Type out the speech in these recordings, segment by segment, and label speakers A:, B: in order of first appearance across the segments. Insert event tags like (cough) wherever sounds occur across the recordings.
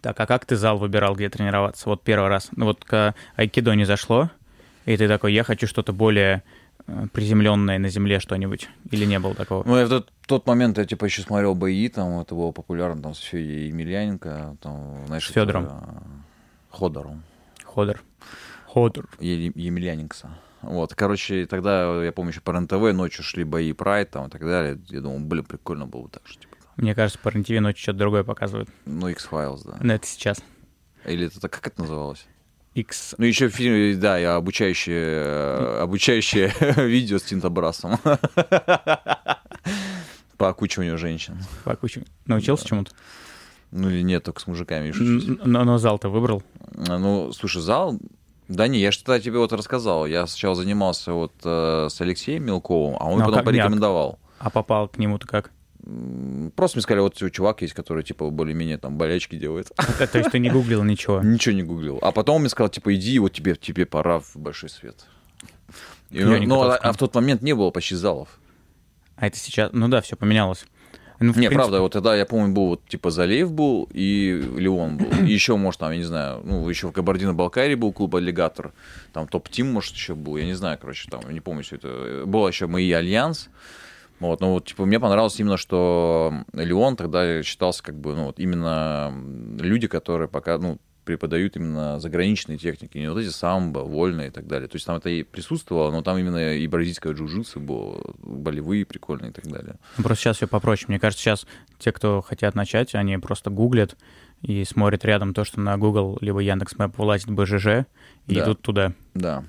A: Так, а как ты зал выбирал, где тренироваться? Вот первый раз. Ну вот к айкидо не зашло, и ты такой, я хочу что-то более приземленное на земле что-нибудь? Или не было такого?
B: Ну, я в тот, тот момент я типа еще смотрел бои, там это было популярно, там с Федей Емельяненко, там, знаешь,
A: С Федором.
B: это, э, Ходором.
A: Ходор. Ходор.
B: Е- Емельяненкса. Вот, короче, тогда, я помню, еще по РНТВ ночью шли бои Прайд там и так далее. Я думал, блин, прикольно было бы так же, типа.
A: Мне кажется, по РЕН-ТВ ночью что-то другое показывают.
B: Ну, X-Files, да.
A: Но это сейчас.
B: Или это так- как это называлось?
A: X.
B: Ну, еще фильм, да, я обучающее, э, обучающее (laughs) видео с Тинтобрасом. (laughs) По окучиванию женщин.
A: Фак, учу. Научился чему-то?
B: Ну или нет, только с мужиками шутить.
A: Н- Но, но зал-то выбрал.
B: А, Ну, слушай, зал... Да не, я же тогда тебе вот рассказал. Я сначала занимался вот э, с Алексеем Мелковым, а он
A: Ну, а
B: потом
A: как- не, а-
B: порекомендовал.
A: А попал к нему-то как? (laughs)
B: М, Просто мне сказали, вот у чувак есть, который типа более-менее там болячки делает. (laughs)
A: Это, то есть ты не гуглил ничего?
B: Ничего не гуглил. А потом он мне сказал, типа, иди, вот тебе, тебе пора в большой свет. И,
A: Я не
B: ну,
A: готов
B: а,
A: к нему.
B: а в тот момент не было почти залов.
A: А это сейчас... Ну да, все поменялось. Ну, в
B: Не,
A: принципе,
B: правда, вот тогда, я помню, был вот, типа, Залеев был и Леон был. И еще, может, там, я не знаю, ну, еще в Кабардино-Балкарии был клуб «Аллигатор». Там топ-тим, может, еще был, я не знаю, короче, там, не помню все это. Было еще «Мы и Альянс». Вот, ну, вот, типа, мне понравилось именно, что Леон тогда считался, как бы, ну, вот, именно м, люди, которые пока, ну, преподают именно заграничные техники, не вот эти самбо, вольные и так далее. То есть там это и присутствовало, но там именно и бразильское джиу-джитсу было, болевые прикольные и так далее.
A: Ну, Просто сейчас все попроще. Мне кажется, сейчас те, кто хотят начать, они просто гуглят и смотрят рядом то, что на Google либо Яндекс.Мэп вылазит БЖЖ, и
B: Да.
A: идут туда.
B: Да.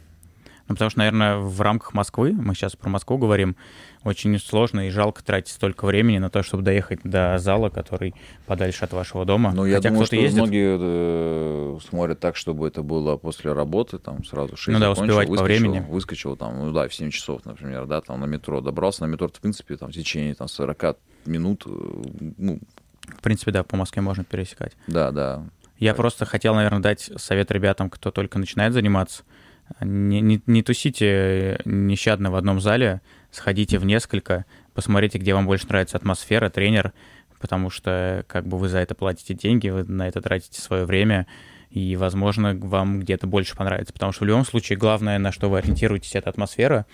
A: Ну, потому что, наверное, в рамках Москвы, мы сейчас про Москву говорим, очень сложно и жалко тратить столько времени на то, чтобы доехать до зала, который подальше от вашего дома.
B: Ну,
A: А,
B: я
A: Хотя
B: думаю,
A: кто-то
B: что
A: ездит.
B: многие э, смотрят так, чтобы это было после работы, там сразу 6
A: Ну да,
B: закончил,
A: успевать по
B: выскочил,
A: времени.
B: Выскочил там, ну да, в 7 часов, например, да, там на метро добрался. На метро, в принципе, там в течение там 40 минут, э, ну,
A: В принципе, да, по Москве можно пересекать.
B: да, да.
A: Я просто хотел, наверное, дать совет ребятам, кто только начинает заниматься. Не, не- не тусите э, нещадно в одном зале, сходите в несколько, посмотрите, где вам больше нравится атмосфера, тренер, потому что как бы вы за это платите деньги, вы на это тратите свое время, и, возможно, вам где-то больше понравится. Потому что в любом случае главное, на что вы ориентируетесь, это атмосфера,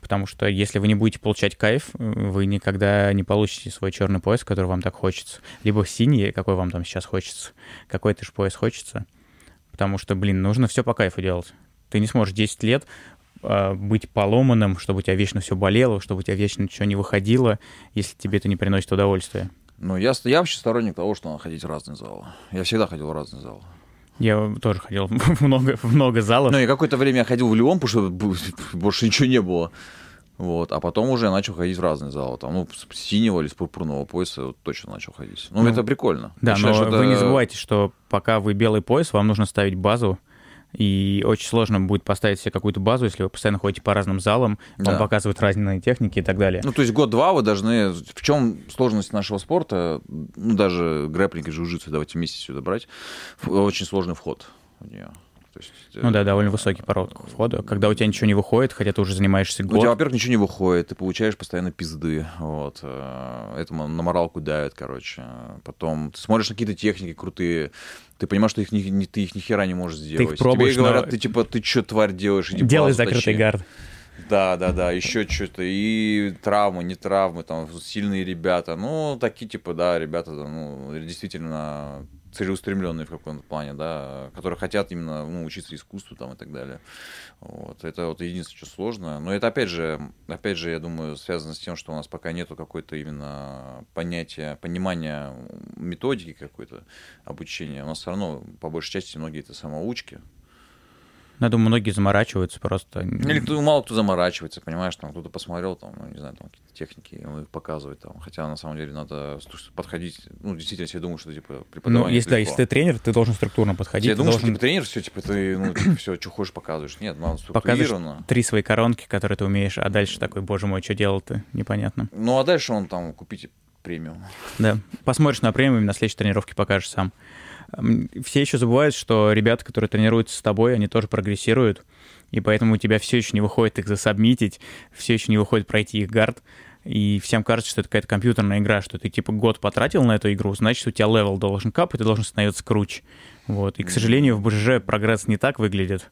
A: потому что если вы не будете получать кайф, э, вы никогда не получите свой черный пояс, который вам так хочется, либо синий, какой вам там сейчас хочется какой-то же пояс хочется. Потому что, блин, нужно все по кайфу делать. Ты не сможешь 10 лет э, быть поломанным, чтобы у тебя вечно все болело, чтобы у тебя вечно ничего не выходило, если тебе это не приносит удовольствия.
B: Ну, я, с- я вообще сторонник того, что надо ходить в разные залы. Я всегда ходил в разные залы.
A: Я тоже ходил (laughs) в много, в много залов.
B: Ну, и какое-то время я ходил в Лион, потому что б- (laughs) больше ничего не было. Вот, а потом уже я начал ходить в разные залы. Там, ну, с синего или с пурпурного пояса вот, точно начал ходить. Ну,
A: Ну,
B: это прикольно.
A: да,
B: Я считаю,
A: но
B: что
A: вы не
B: это-
A: забывайте, что пока вы белый пояс, вам нужно ставить базу. И очень сложно будет поставить себе какую-то базу, если вы постоянно ходите по разным залам, вам
B: Да.
A: показывают разные техники и так далее.
B: Ну, то есть год-два вы должны... В чем сложность нашего спорта? Ну, даже грэплинг и джиу-джитсу, давайте вместе сюда брать. Ф- Очень сложный вход в нее. То есть, э,
A: Ну да, довольно высокий порог входа. Когда у тебя ничего не выходит, хотя ты уже занимаешься
B: У
A: год.
B: тебя, во-первых, ничего не выходит, ты получаешь постоянно пизды, вот. э, Это м- на моралку давит, короче. Потом ты смотришь на какие-то техники крутые, ты понимаешь, что их ни, ни- ты их ни хера не можешь сделать.
A: пробуешь,
B: Тебе
A: но-
B: говорят, ты типа, ты что, тварь, делаешь? Иди
A: Делай
B: базу
A: закрытый
B: точи».
A: гард.
B: Да, да, да, еще что-то. И травмы, не травмы, там сильные ребята. Ну, такие типа, да, ребята, да, ну, действительно целеустремленные в каком-то плане, да, которые хотят именно ну, учиться искусству там и так далее. Вот. Это вот единственное, что сложно. Но это опять же, опять же, я думаю, связано с тем, что у нас пока нету какой-то именно понятия, понимания методики какой-то обучения. У нас все равно, по большей части, многие это самоучки.
A: Ну, Я думаю, многие заморачиваются просто.
B: Ну, Или кто, мало кто заморачивается, понимаешь, там кто-то посмотрел, там, ну, не знаю, там какие-то техники, и он их показывает там. Хотя на самом деле надо слушай, подходить. Ну, действительно, если я думаю, что типа
A: Ну,
B: преподавание.
A: если, да,
B: легко.
A: если ты тренер, ты должен структурно подходить.
B: я
A: ты
B: думаю, что
A: должен
B: типа, тренер все, типа, ты, ну, типа, все, что хочешь, показываешь. Нет, надо
A: Показываешь-
B: структурировано.
A: три свои коронки, которые ты умеешь, а дальше такой, боже мой, что делал-то, непонятно.
B: Ну, а дальше он там купите премиум.
A: Да, посмотришь на премию, на следующей тренировке покажешь сам. М, Все еще забывают, что ребята, которые тренируются с тобой, они тоже прогрессируют, и поэтому у тебя все еще не выходит их засобмитить, все еще не выходит пройти их гард, и всем кажется, что это какая-то компьютерная игра, что ты типа год потратил на эту игру, значит, у тебя левел должен капать, ты должен становиться круче. Вот. И, к сожалению, в БЖ прогресс не так выглядит.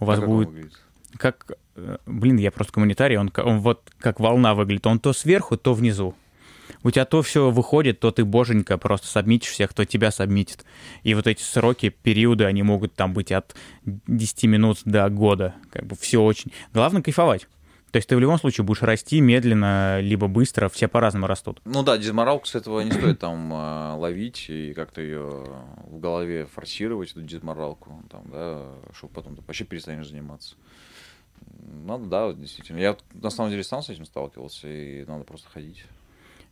A: У вас
B: А Как он
A: будет
B: выглядит?
A: как... э, Блин, я просто коммунитарий, он, ка- он вот как волна выглядит. Он то сверху, то внизу. У тебя то все выходит, то ты боженька просто сабмитишь всех, то тебя сабмитит. И вот эти сроки, периоды, они могут там быть от 10 минут до года. Как бы все очень... Главное кайфовать. То есть ты в любом случае будешь расти медленно, либо быстро, все по-разному растут.
B: Ну да, дизморалку с этого не стоит там э, ловить и как-то ее в голове форсировать, эту дизморалку, там, да, чтобы потом ты вообще перестанешь заниматься. Надо, да, вот действительно. Я вот, на самом деле сам с этим сталкивался, и надо просто ходить.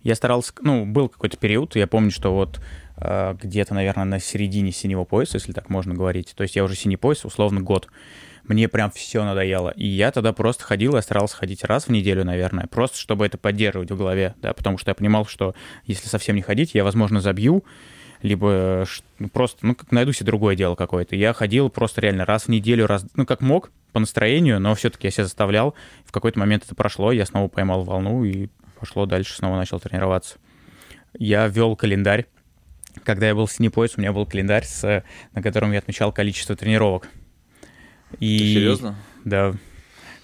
A: Я старался, ну, был какой-то период, я помню, что вот э, где-то, наверное, на середине синего пояса, если так можно говорить, то есть я уже синий пояс, условно, год, мне прям все надоело, и я тогда просто ходил, я старался ходить раз в неделю, наверное, просто чтобы это поддерживать в голове, да, потому что я понимал, что если совсем не ходить, я, возможно, забью, либо э, ш- ну, просто, ну, как найду себе другое дело какое-то. Я ходил просто реально раз в неделю, раз, ну, как мог, по настроению, но все-таки я себя заставлял. В какой-то момент это прошло, я снова поймал волну и пошло дальше, снова начал тренироваться. Я вел календарь. Когда я был в Синепояс, у меня был календарь, с, э, на котором я отмечал количество тренировок.
B: Ты
A: И,
B: Серьезно?
A: Да.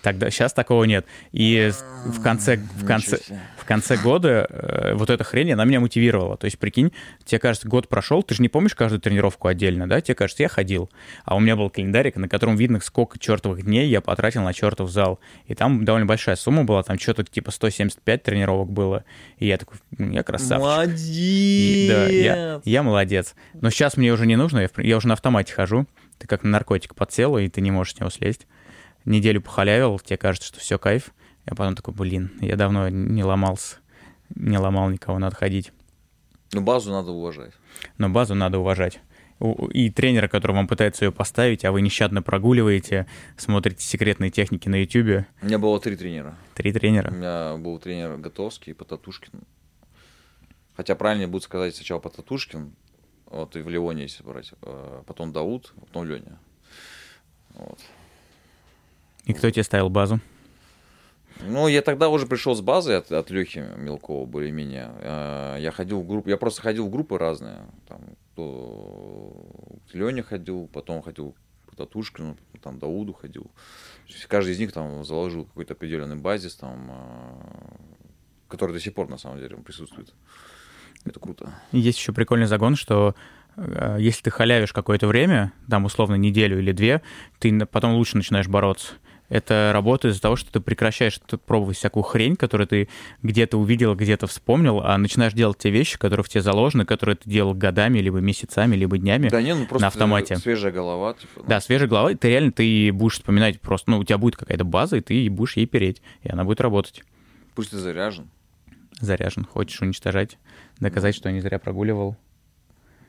A: Тогда, сейчас такого нет. И с- в конце, в
B: Ничего
A: конце,
B: себе.
A: в конце года э, вот эта хрень, она меня мотивировала. То есть, прикинь, тебе кажется, год прошел, ты же не помнишь каждую тренировку отдельно, да? Тебе кажется, я ходил. А у меня был календарик, на котором видно, сколько чертовых дней я потратил на чертов зал. И там довольно большая сумма была, там что-то типа 175 тренировок было. И я такой, «М, я красавчик.
B: Молодец!
A: И- да, я, я молодец. Но сейчас мне уже не нужно, я, в при- я уже на автомате хожу. Ты как на наркотик подсела, и ты не можешь с него слезть. Неделю похалявил, тебе кажется, что все кайф. Я потом такой, блин, я давно не ломался, не ломал никого, надо ходить.
B: Ну, базу надо уважать.
A: Но базу надо уважать. У- И тренера, который вам пытается ее поставить, а вы нещадно прогуливаете, смотрите секретные техники на ютюбе.
B: У меня было три тренера.
A: Три
B: У
A: тренера.
B: меня был тренер Готовский, Потатушкин. Хотя правильнее будет сказать сначала Потатушкин, вот и в Леоне, если брать, э, потом Дауд, потом Леня. Вот.
A: И кто тебе ставил базу?
B: Ну, я тогда уже пришел с базы от, от Лехи Мелкова, более-менее. Э, Я ходил в группы, я просто ходил в группы разные. Там, то к Лене ходил, потом ходил к Татушкину, там Дауду ходил. То есть Каждый из них там заложил какой-то определенный базис, там, э, который до сих пор, на самом деле, он присутствует. Это круто.
A: Есть еще прикольный загон, что э, если ты халявишь какое-то время, там условно неделю или две, ты на- потом лучше начинаешь бороться. Это работает из-за того, что ты прекращаешь т- пробовать всякую хрень, которую ты где-то увидел, где-то вспомнил, а начинаешь делать те вещи, которые в тебе заложены, которые ты делал годами, либо месяцами, либо днями.
B: Да не, ну просто
A: автомате.
B: свежая голова. Типа, ну,
A: Да, свежей головой ты реально ты будешь вспоминать просто, ну, у тебя будет какая-то база, и ты будешь ей переть, и она будет работать.
B: Пусть ты заряжен.
A: Заряжен, хочешь уничтожать, доказать, что я не зря прогуливал,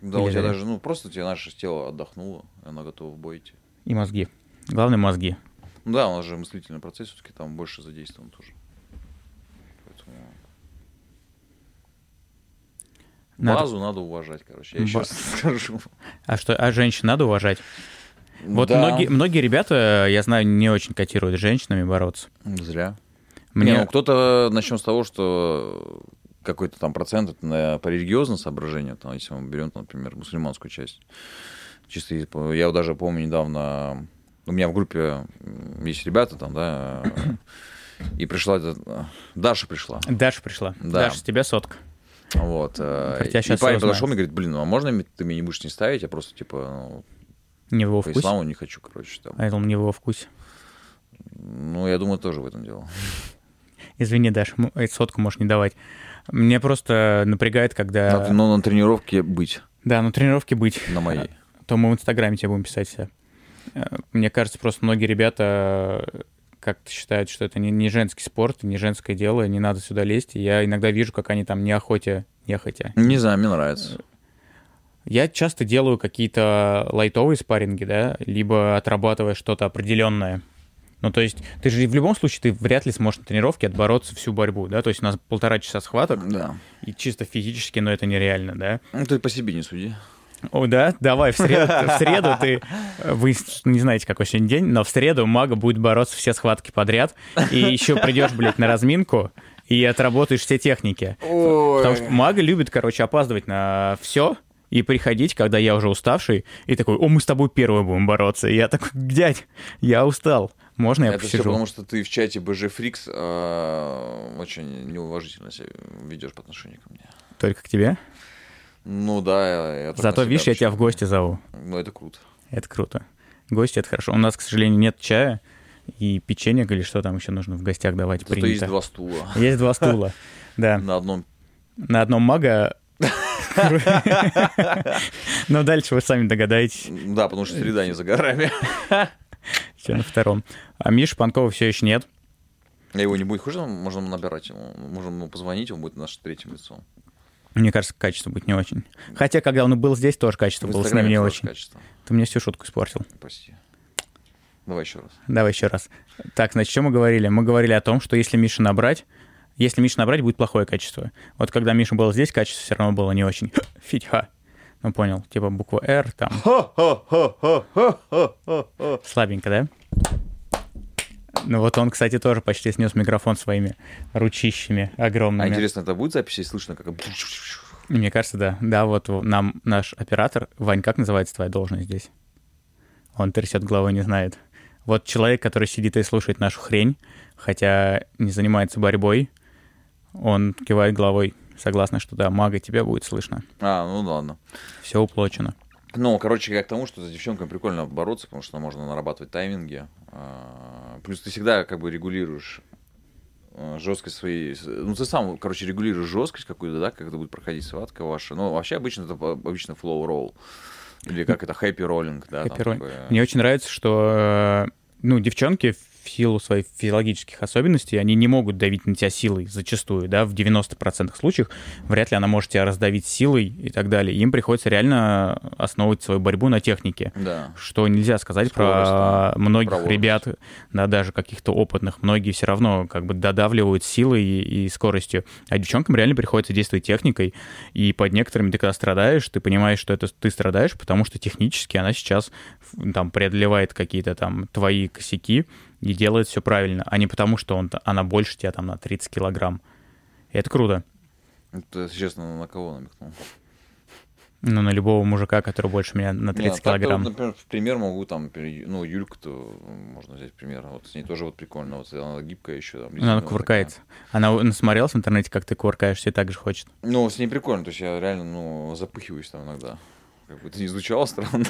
B: Да,
A: Или
B: у тебя
A: заряжен.
B: даже, ну, просто тебе наше тело отдохнуло, и оно готово в бой идти.
A: и мозги. Главное, мозги.
B: Ну Да, у нас же мыслительный процесс все-таки там больше задействован тоже. Поэтому
A: Надо-
B: базу надо уважать, короче. Я
A: Ба-
B: еще раз (laughs) скажу.
A: А что, а женщин надо уважать? Вот многие, многие ребята, я знаю, не очень котируют с женщинами бороться.
B: Зря.
A: Мне,
B: Не, ну, кто-то начнем с того, что какой-то там процент это на- по религиозному соображению, там, если мы берем, там, например, мусульманскую часть. Чисто из- по- я вот даже помню недавно, у меня в группе м, есть ребята
A: (coughs)
B: там, да, и пришла, эта- Даша пришла.
A: Даша пришла.
B: Ну, Да.
A: Даша, с тебя сотка.
B: Вот. э,
A: Про тебя
B: и
A: щас
B: парень
A: всё
B: подошел
A: знают.
B: мне и говорит, блин, ну а можно ты мне не будешь не ставить? Я просто, типа,
A: Не в его
B: ну, по
A: вкусе.
B: исламу не хочу, короче. Там.
A: А я думал, не в его вкусе.
B: Ну, я думаю, тоже в этом дело.
A: Извини, Даша, м- э, сотку можешь не давать. Мне просто напрягает, когда...
B: Надо, Но на тренировке быть,
A: Да, на тренировке быть.
B: на моей.
A: то мы в Инстаграме тебе будем писать все. Э, Мне кажется, просто многие ребята э, как-то считают, что это не, не женский спорт, не женское дело, не надо сюда лезть. И я иногда вижу, как они там неохотя, нехотя.
B: Не знаю, мне нравится.
A: Я часто делаю какие-то лайтовые спарринги, да, либо отрабатывая что-то определенное. Ну, то есть, ты же в любом случае, ты вряд ли сможешь на тренировке отбороться всю борьбу, да, то есть у нас полтора часа схваток,
B: Да.
A: и чисто физически, но это нереально, да.
B: Ну, ты по себе не суди.
A: О, да? Давай, в среду, в среду ты... Вы с- не знаете, какой сегодня день, но в среду мага будет бороться все схватки подряд, и еще придешь, блядь, на разминку, и отработаешь все техники. Потому что мага любит, короче, опаздывать на все и приходить, когда я уже уставший, и такой, о, мы с тобой первые будем бороться. И я такой, дядь, я устал. Можно я
B: Это все
A: посижу?
B: потому, что ты в чате БЖ Фрикс э, очень неуважительно себя ведешь по отношению ко мне.
A: Только к тебе.
B: Ну да, я, я так
A: Зато,
B: на себя
A: видишь, я тебя в
B: вообще-
A: гости зову.
B: Ну это круто.
A: Это круто. Гости — это хорошо. У нас, к сожалению, нет чая и печенья или что там еще нужно в гостях давать.
B: Зато
A: принято.
B: есть два Ну. стула.
A: Есть два
B: (laughs)
A: стула, да.
B: На одном
A: На одном
B: (laughs)
A: мага... (laughs) Но дальше вы сами догадаетесь,
B: Да, потому что среда не за горами.
A: что на втором. А Миша Панкова все еще нет.
B: А его не будет хуже, можно набирать ему. Можем ему позвонить, он будет наше третьим лицом.
A: Мне кажется, качество будет не очень. Хотя, когда он был здесь, тоже качество
B: В
A: было с ним
B: Инстаграме
A: не
B: тоже
A: очень.
B: качество.
A: Ты мне всю шутку испортил.
B: Прости. Давай еще раз.
A: Давай еще раз. Так, значит, что мы говорили? Мы говорили о том, что если Миша набрать, если Миша набрать, будет плохое качество. Вот когда Миша был здесь, качество все равно было не очень. (laughs) Фитьха. Ну, понял. Типа буква «Р» там. Слабенько, да? Ну вот он, кстати, тоже почти снес микрофон своими ручищами
B: А
A: огромными.
B: интересно, это будет запись, если слышно, как...
A: Мне кажется, да. Да, вот в- нам наш оператор, Вань, как называется твоя должность здесь? Он трясет головой, не знает. Вот человек, который сидит и слушает нашу хрень, хотя не занимается борьбой, он кивает головой, согласно, что да, мага тебя будет слышно.
B: А, ну ладно.
A: Все уплочено.
B: Ну, короче, я к тому, что с девчонками прикольно бороться, потому что можно нарабатывать тайминги. А, Плюс ты всегда как бы регулируешь а, жесткость своей... Ну, ты сам, короче, регулируешь жесткость какую-то, да, как это будет проходить схватка ваша. Ну, вообще обычно это по- обычно flow roll. Или как это, happy rolling, да. там
A: Happy rolling.
B: такое.
A: Мне очень нравится, что э, ну, девчонки в силу своих физиологических особенностей, они не могут давить на тебя силой зачастую, да, в 90% случаев вряд ли она может тебя раздавить силой и так далее. Им приходится реально э, основывать свою борьбу на технике,
B: Да.
A: что нельзя сказать
B: Скорость,
A: про
B: да,
A: многих
B: про возраст.
A: ребят, да, даже каких-то опытных. Многие все равно как бы додавливают силой и, и скоростью, а девчонкам реально приходится действовать техникой, и под некоторыми ты когда страдаешь, ты понимаешь, что это ты страдаешь, потому что технически она сейчас ф- там преодолевает какие-то там твои косяки и делает все правильно, а не потому, что он, она больше тебя там на 30 килограмм. И это круто.
B: Это, если честно, на кого намекнул?
A: Ну, на любого мужика, который больше меня на 30
B: Не, так-то
A: килограмм.
B: вот, например, в пример могу там, пере- ну, Юльку-то можно взять в пример. Вот с ней тоже вот прикольно. Вот она гибкая еще. Там,
A: Ну, она
B: резиновая такая.
A: кувыркается. Она у- насмотрелась в интернете, как ты кувыркаешься, и так же хочет.
B: Ну, с ней прикольно. То есть я реально, ну, запыхиваюсь там иногда. Как бы это не звучало странно.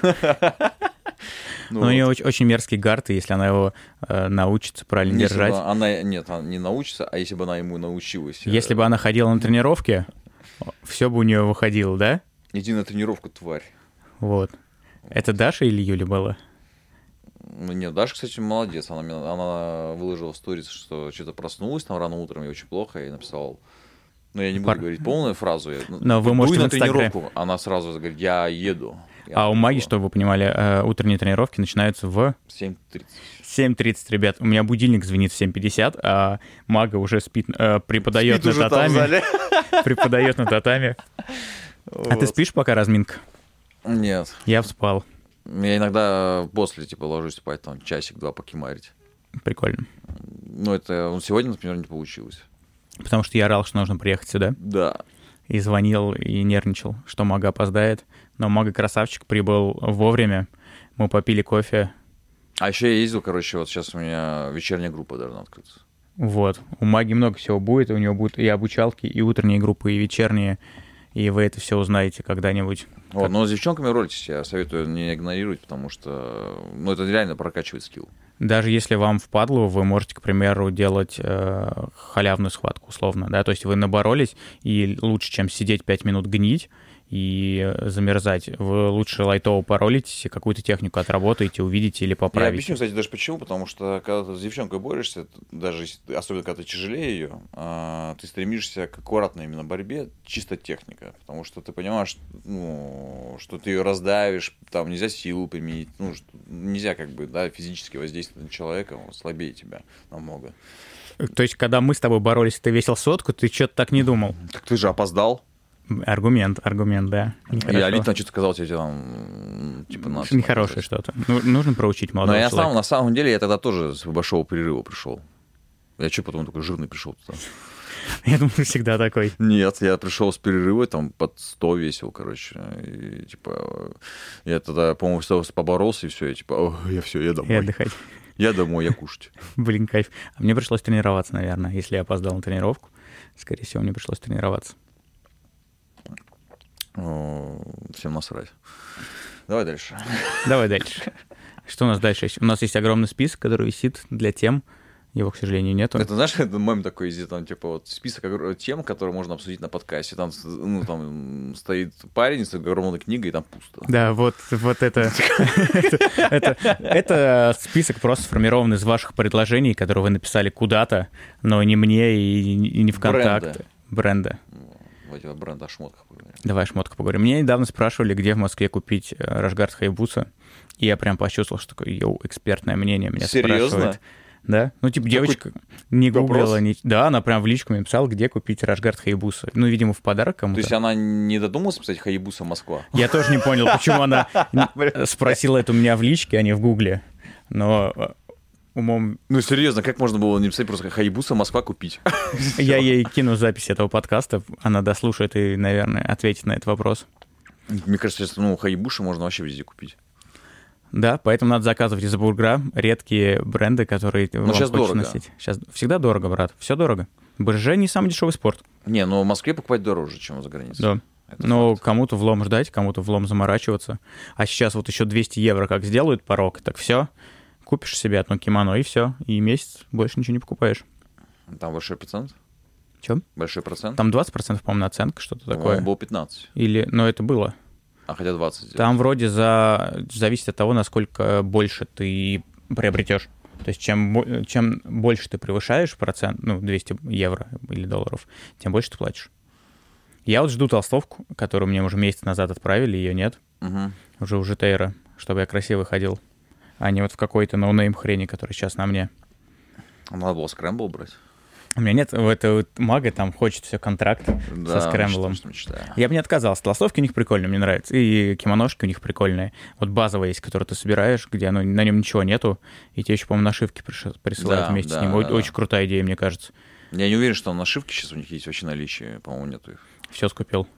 A: (laughs)
B: Ну,
A: Но у
B: вот.
A: нее оч- очень, мерзкий гард, и если она его э, научится правильно
B: Если бы
A: держать.
B: Она, нет, она не научится, а если бы она ему научилась. э,
A: Если бы она ходила на тренировки, все бы у нее выходило, да?
B: Иди на тренировку, тварь.
A: Вот. Это Даша или Юля была?
B: Ну, нет, Даша, кстати, молодец. Она, мне- она выложила в сторис, что что-то проснулась там рано утром, ей очень плохо, и написал... Ну, я не буду
A: Пар-
B: говорить полную фразу. я- ну,
A: Но вы
B: «Дуй
A: можете в
B: на
A: Инстаграме».
B: тренировку. Она сразу говорит, я еду. Я
A: а у
B: такой,
A: Маги,
B: «О,
A: чтобы вы понимали, э, утренние тренировки начинаются в
B: 7.30.
A: 7.30, ребят. У меня будильник звенит в 7.50, а Мага уже спит, э, преподает
B: Спит уже
A: на
B: там в
A: татами.
B: зале.
A: (laughs) Преподает на татами. А ты
B: Вот.
A: спишь пока разминка?
B: Нет.
A: Я спал.
B: Я иногда после, типа, ложусь спать, там, часик-два покемарить.
A: Прикольно.
B: Ну, это ну, сегодня, например, не получилось.
A: Потому что я орал, что нужно приехать сюда.
B: Да.
A: и звонил и нервничал, что мага опоздает. Но мага красавчик прибыл вовремя. Мы попили кофе.
B: А еще я ездил, короче, вот сейчас у меня вечерняя группа должна открыться.
A: Вот. У маги много всего будет. У него будут и обучалки, и утренние группы, и вечерние. И вы это все узнаете когда-нибудь.
B: Вот,
A: Как-
B: но с девчонками ролитесь, я советую не игнорировать, потому что, ну, это реально прокачивает скилл.
A: Даже если вам впадло, вы можете, к примеру, делать э, халявную схватку, условно, да, то есть вы наборолись, и лучше, чем сидеть 5 минут гнить и э, замерзать, вы лучше лайтово поролитесь и какую-то технику отработаете, увидите или
B: Я
A: поправите.
B: объясню, кстати, даже почему, потому что когда ты с девчонкой борешься, т- даже если ты- особенно когда ты тяжелее ее, ты стремишься к аккуратной именно борьбе, чисто техника, потому что ты понимаешь, ну, что ты ее раздавишь, там нельзя силу применить, ну, что- нельзя как бы, да, физически воздействовать на человека, он слабее тебя намного.
A: То есть, когда мы с тобой боролись, ты весил сотку, ты что-то так не думал.
B: Так ты же опоздал.
A: Аргумент, аргумент, да.
B: И
A: Нехорошо.
B: Алит там что-то сказал тебе там, м, типа, надо
A: Нехорошее что-то. Ну, нужно проучить
B: Но
A: молодого
B: я сам,
A: человека.
B: на самом деле, я тогда тоже с большого перерыва пришел. Я что потом такой жирный пришел туда?
A: (laughs) Я думаю, всегда такой.
B: Нет, я пришел с перерыва, там под 100 весил, короче. И, типа, я тогда, по-моему, с- поборолся, и все, я типа, «О, я все, я
A: И
B: домой.
A: отдыхать.
B: Я домой, я кушать.
A: Блин, кайф. А мне пришлось тренироваться, наверное, если я опоздал на тренировку. Скорее всего, мне пришлось тренироваться.
B: О, Всем насрать. Давай дальше.
A: Давай дальше. Что у нас дальше есть? У нас есть огромный список, который висит для тем. Его, к сожалению, нету.
B: Это, знаешь, это мем такой, где там, типа, вот список огр- тем, которые можно обсудить на подкасте. Там, с- ну, там стоит парень с огромной книгой, и там пусто.
A: Да, вот, вот это, это, (laughs) это- это список просто сформирован из ваших предложений, которые вы написали куда-то, но не мне и, и не в контакт. Бренда.
B: Ну, Вроде о бренда шмотках поговорим.
A: Давай о шмотках поговорим. Меня недавно спрашивали, где в Москве купить э, Рашгард Хайбуса, и я прям почувствовал, что такое, йоу, экспертное мнение меня
B: Серьезно?
A: спрашивают. Да? Ну, типа,
B: Такой
A: девочка не
B: вопрос?
A: гуглила, ни- да, она прям в личку мне написала, где купить Рашгард Хайбуса. Ну, видимо, в подарок
B: То
A: кому-то.
B: есть она не додумалась писать Хаябуса Москва?
A: Я тоже не понял, почему
B: (laughs)
A: она спросила это у меня в личке, а не в гугле. Но э, умом
B: Ну, серьезно, как можно было не писать просто Хаябуса Москва купить?
A: я ей кину запись этого подкаста, она дослушает и, наверное, ответит на этот вопрос.
B: Мне кажется, сейчас, ну, Хаябуша можно вообще везде купить.
A: Да, поэтому надо заказывать из бургра редкие бренды, которые вам
B: щас
A: хочется
B: дорого.
A: носить. Сейчас всегда дорого, брат, все дорого. БЖ не самый дешевый спорт.
B: Не, но в Москве покупать дороже, чем за границей.
A: Да. Ну.
B: Это
A: Но
B: факт.
A: кому-то влом ждать, кому-то влом заморачиваться. А сейчас вот еще 200 евро как сделают порог, так все. Купишь себе одно кимоно и все. И месяц больше ничего не покупаешь.
B: Там большой процент.
A: Чем?
B: Большой процент.
A: Там 20%, по-моему, наценка, что-то такое.
B: По-моему, было 15,
A: Или, но это было.
B: а хотя 20. сделать.
A: Там вроде за зависит от того, насколько больше ты приобретешь. То есть чем, бо- чем больше ты превышаешь процент, ну, 200 евро или долларов, тем больше ты платишь. Я вот жду толстовку, которую мне уже месяц назад отправили, ее нет,
B: Мгм.
A: уже у Житейра, чтобы я красиво ходил, а не вот в какой-то ноунейм хрени, который сейчас на мне.
B: Надо было скрэмбл брать.
A: У меня нет, у этого вот мага там хочет все контракт
B: Да,
A: со скрэмблом.
B: мечта- мечта.
A: Я бы не отказался. Толстовки у них прикольные, мне нравятся. И кимоношки у них прикольные. Вот базовая есть, которую ты собираешь, где оно, на нем ничего нету. И тебе еще, по-моему, нашивки приш- присылают
B: Да,
A: вместе
B: да,
A: с ним. О-
B: да, да.
A: Очень крутая идея, мне кажется.
B: Я не уверен, что нашивки сейчас у них есть вообще наличие, по-моему, нету их.
A: Все скупил.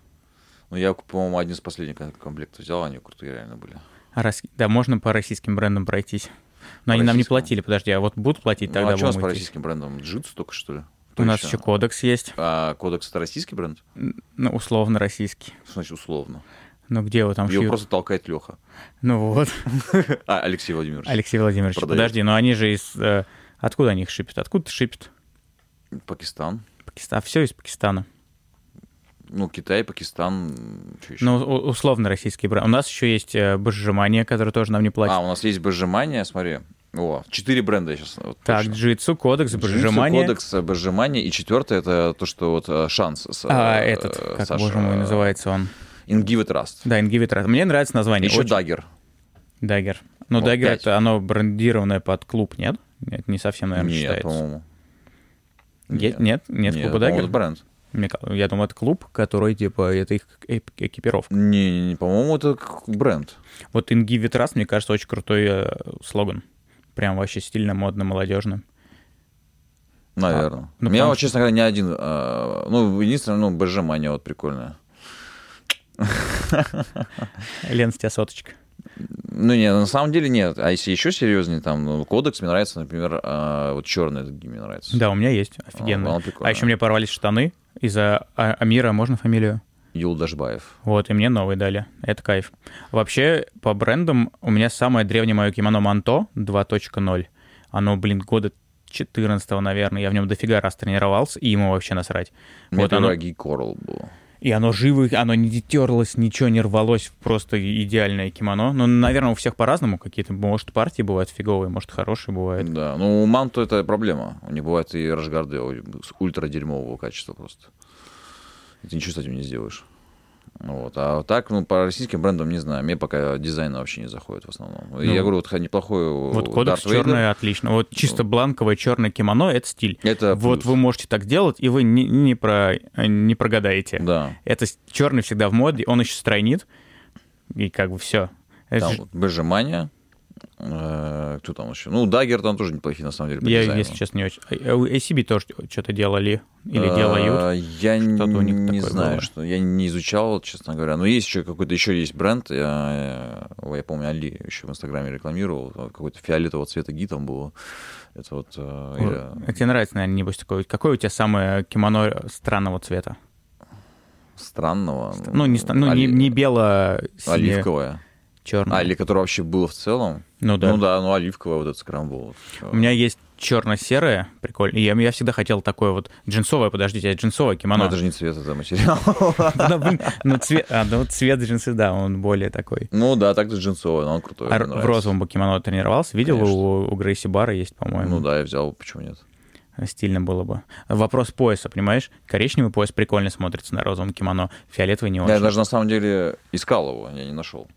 B: Ну, я, по-моему, один из последних комплектов взял, они крутые реально были.
A: А рас- Да, можно по российским брендам пройтись. Но они нам не
B: российским?
A: платили, подожди, а вот будут платить,
B: ну,
A: тогда
B: а что у нас
A: будем
B: по
A: идти.
B: российским брендам? Джитсу только, что ли?
A: У
B: Кто
A: нас еще кодекс есть,
B: А кодекс это российский бренд?
A: ну, условно российский.
B: Что значит условно?
A: Ну где его там
B: Его
A: шьют?
B: просто толкает Леха.
A: Ну вот,
B: (laughs) А, Алексей Владимирович.
A: Алексей Владимирович,
B: Продает.
A: подожди, но они же из... э, Откуда они их шипят? Откуда шипят?
B: Пакистан.
A: Пакистан. Все из Пакистана.
B: Ну, Китай, Пакистан, что еще?
A: Ну, у- условно российский бренд. У нас еще есть э, Божжемания, который тоже нам не платит.
B: а, у нас есть Божемания, смотри. О, четыре бренда сейчас.
A: так, Джитсу, Кодекс, Божжемания.
B: А, Кодекс, э, Божемания. И четвертое это то, что вот э, шанс. с, э,
A: А, этот,
B: э,
A: как,
B: Саша,
A: боже мой,
B: э,
A: называется он.
B: Ingive Trust.
A: Да, Ингивит Мне нравится название.
B: Еще
A: очень.
B: Dagger.
A: Даггер. Но
B: Вот
A: Даггер,
B: пять.
A: это оно брендированное под клуб, нет? Нет, не совсем, наверное,
B: Нет,
A: считается.
B: по-моему.
A: Е- Нет, нет, клуба
B: по-моему,
A: Даггер.
B: это бренд.
A: Мне ка- Я думаю, это клуб, который, типа, это их эп- экипировка.
B: Не, не, не, по-моему, это к- бренд.
A: Вот Ингивит Раз, мне кажется, очень крутой э, слоган. Прям вообще стильно, модно, молодежно.
B: Наверное.
A: ну,
B: У меня,
A: потому
B: вот, честно говоря, ни один... а, ну, единственное, ну, Божемания вот прикольная.
A: Лен, с тебя соточка.
B: Ну, не, на самом деле нет. А если еще серьезнее, там, ну, кодекс мне нравится, например, а, вот черный этот гимн мне нравится.
A: Да, у меня есть. Офигенно.
B: Она прикольная.
A: А еще мне порвались штаны из-за А- Амира, можно фамилию?
B: Юл Дашбаев.
A: Вот, и мне новые дали. Это кайф. Вообще, по брендам, у меня самое древнее мое кимоно Манто 2.0. Оно, блин, года 14 наверное. Я в нем дофига раз тренировался, и ему вообще насрать.
B: У меня
A: вот оно.
B: первое Гей Корл было.
A: И оно живо, оно не терлось, ничего не рвалось. Просто идеальное кимоно. Ну, наверное, у всех по-разному какие-то. Может, партии бывают фиговые, может, хорошие бывают.
B: Да, ну у Манто это проблема. У них бывает и Рашгарды с ультра дерьмового качества просто. И ты ничего с этим не сделаешь. Вот. А так, ну, по российским брендам, не знаю, мне пока дизайна вообще не заходит в основном. И я говорю, вот неплохой
A: Ну
B: э,
A: Вот кодекс
B: типа, Дарт Вейдер. Ну.
A: черное отлично. Вот чисто бланковое черное кимоно это стиль.
B: Это
A: Вот вы
B: плюс.
A: можете так делать, и вы не, не, про, не прогадаете.
B: Да.
A: Это черный всегда в моде, он еще стройнит, и как бы все.
B: Там вот Бежемания, э, знаю, кто там еще. Ну, Дагер там тоже неплохие, на самом деле, по
A: Я,
B: дизайну.
A: если честно, не очень. А, у ACB тоже что-то делали или
B: А,
A: делают.
B: Я
A: Что-то у них такое
B: не знаю,
A: было.
B: что я не изучал, честно говоря. Но есть еще какой-то, еще есть бренд, я, ой, я помню, Али еще в Инстаграме рекламировал, какой-то фиолетового цвета ги там было. Это вот... э,
A: Вот. А
B: или
A: Тебе нравится, наверное, небось такой. Какое у тебя самое кимоно странного цвета?
B: Странного.
A: Ну, не, ста- ну, не,
B: оли-
A: не бело синее
B: Оливковое.
A: черное.
B: А, или которое вообще было в целом.
A: Ну да.
B: Ну да, ну оливковое вот этот скрамбол.
A: У меня есть черно-серое, прикольно. И Я, я всегда хотел такое вот джинсовое, подождите, а джинсовое
B: Ну,
A: кимоно. (laughs)
B: это же не цвет, это материал. (laughs)
A: Да, блин, ну, цвет, а, ну, цвет джинсы, да, он более такой.
B: Ну да, так-то джинсовое, но он
A: А
B: крутой. мне
A: р- в
B: нравится.
A: розовом бы кимоно тренировался, видел
B: Конечно.
A: у, у Грейси Бара есть,
B: Ну
A: по-моему,
B: да, я взял, почему нет.
A: стильно было бы. Вопрос пояса, понимаешь? Коричневый пояс прикольно смотрится на розовом кимоно, фиолетовый не очень.
B: Я даже на самом деле искал его, я не нашел.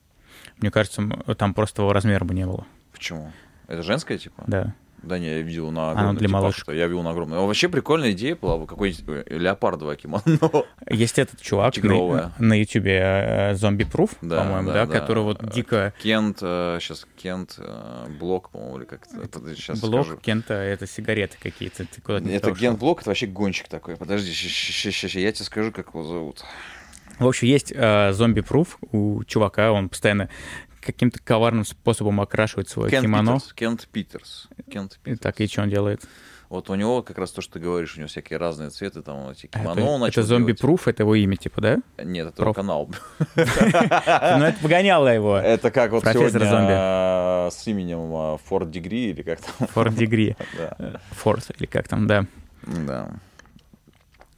A: Мне кажется, м- там просто его размера бы не было.
B: Почему? Это женское, типа?
A: Да.
B: Да не, я видел на
A: Оно
B: огромной
A: для
B: типаж,
A: малышек.
B: это Я видел на огромной. А Вообще прикольная идея была бы какой-нибудь э,
A: (laughs)
B: леопардовое кимоно.
A: Есть этот чувак
B: Тигровая.
A: на, на ютубе э, зомби-пруф,
B: Да,
A: по-моему,
B: да,
A: да,
B: да.
A: который вот дико...
B: Кент, сейчас Кент, э, Блок, по-моему, или как-то. Сейчас
A: Блок Кента — это сигареты какие-то. Ты куда-то не
B: Это
A: тронешь.
B: Ген Блок, это вообще гонщик такой. Подожди, ща- ща- ща- ща, я тебе скажу, как его зовут.
A: В общем, есть э, зомби-пруф у чувака, он постоянно каким-то коварным способом окрашивает свое
B: Кент
A: кимоно.
B: Питерс. Кент Питерс. Кент
A: И
B: Питерс.
A: так, и что он делает?
B: Вот у него как раз то, что ты говоришь, у него всякие разные цветы, там эти
A: А
B: кимоно
A: это-
B: он
A: это
B: начал делать.
A: зомби-пруф, это его имя, типа,
B: (laughs)
A: да?
B: Нет, это
A: Проф. (laughs)
B: канал.
A: Ну, это погоняло его.
B: Это как вот
A: Профессор
B: сегодня
A: зомби.
B: э, с именем э, Ford Degree или как там. (laughs)
A: Форд Дегри.
B: Да.
A: Форд, или как там, да.
B: Да.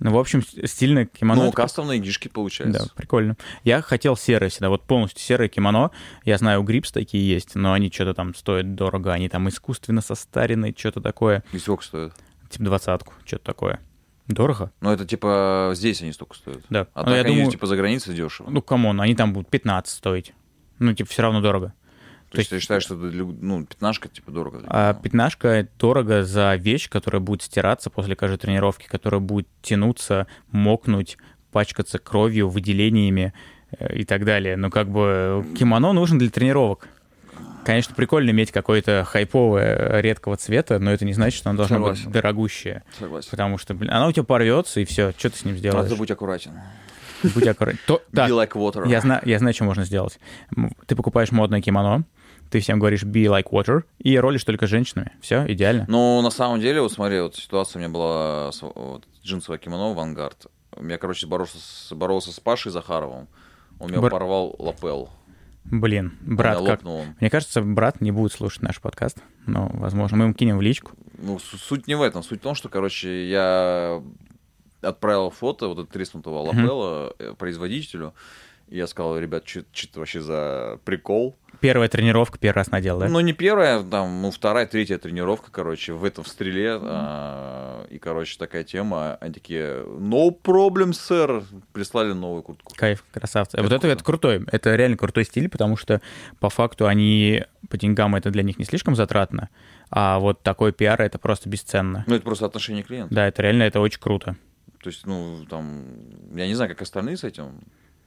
A: Ну, в общем, с- стильное кимоно.
B: Ну,
A: это
B: кастомные гишки
A: Да,
B: получается.
A: прикольно. Я хотел серое всегда, вот полностью серое кимоно. Я знаю, у Грипс такие есть, но они что-то там стоят дорого, они там искусственно состарены, что-то такое,
B: И сколько стоит?
A: типа двадцатку, что-то такое. Дорого?
B: Ну, это типа здесь они столько стоят.
A: Да. Ну,
B: А так
A: я
B: они
A: думаю,
B: типа за границей дешево.
A: ну, камон, они там будут 15 стоить. Ну, типа, все равно дорого.
B: то есть ты считаешь, что это для- ну, пятнашка типа дорого? для
A: А
B: него?
A: пятнашка дорого за вещь, которая будет стираться после каждой тренировки, которая будет тянуться, мокнуть, пачкаться кровью, выделениями э, и так далее. Но как бы кимоно нужно для тренировок. Конечно, прикольно иметь какое-то хайповое э, редкого цвета, но это не значит, что оно должно
B: Согласен.
A: быть дорогущее.
B: Согласен.
A: Потому что, блин, оно у тебя порвется, и все, что ты с ним сделаешь?
B: Надо будь аккуратен.
A: Будь аккуратен. То- так,
B: (laughs) Be like water.
A: Я знаю, я знаю, что можно сделать. М, Ты покупаешь модное кимоно, ты всем говоришь be like water и ролишь только с женщинами. Все, идеально.
B: Ну, на самом деле, вот смотри, вот ситуация у меня была с- вот, джинсовое кимоно «Вангард». Я, короче, боролся с, боролся с Пашей Захаровым. Он меня
A: Бар-
B: порвал лапел.
A: Блин, брат,
B: Меня
A: как?
B: лопнул он.
A: Мне кажется, брат не будет слушать наш подкаст, но, возможно, мы ему кинем в личку.
B: Ну, с- суть не в этом. Суть в том, что, короче, я отправил фото вот этого треснутого лапела э, производителю. И я сказал, ребят, что это вообще за прикол?
A: Первая тренировка, первый раз надел, да?
B: Ну, не первая, там, ну, вторая, третья тренировка, короче, в этом в стреле. а, и, короче, такая тема. Они такие, no problem, sir. Прислали новую куртку.
A: Кайф, красавцы.
B: Это
A: вот это,
B: круто.
A: это крутой, это реально крутой стиль, потому что по факту они по деньгам это для них не слишком затратно, а вот такой пиар это просто бесценно.
B: Ну, это просто отношение клиента.
A: Да, это реально, это очень круто.
B: То есть, ну, там, я не знаю, как остальные с этим.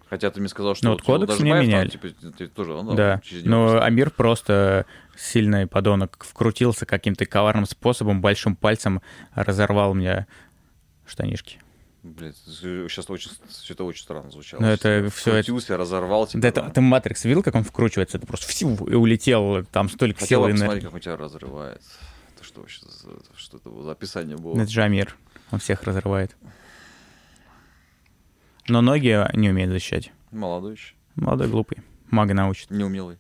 B: Хотя ты мне сказал, что...
A: Ну, вот кодекс
B: даже
A: мне
B: Баев там,
A: меняли.
B: типа, ты- ты тоже, ну,
A: Да,
B: через него
A: но
B: прислали.
A: Амир просто сильный подонок вкрутился каким-то коварным способом, большим пальцем разорвал мне штанишки.
B: Блять, сейчас очень, все это очень странно звучало.
A: Ну, это все это...
B: Крутился, разорвал тебя.
A: Да, это, ты Матрикс видел, как он вкручивается? Это просто всю и улетел, там столько
B: Хотел
A: сил
B: бы
A: и
B: посмотреть,
A: энергии.
B: как у тебя разрывает. Это что вообще за... Что это было за описание было?
A: Это же Амир, он всех разрывает. Но ноги не умеет защищать.
B: Молодой еще.
A: Молодой глупый. Мага научит.
B: Неумелый.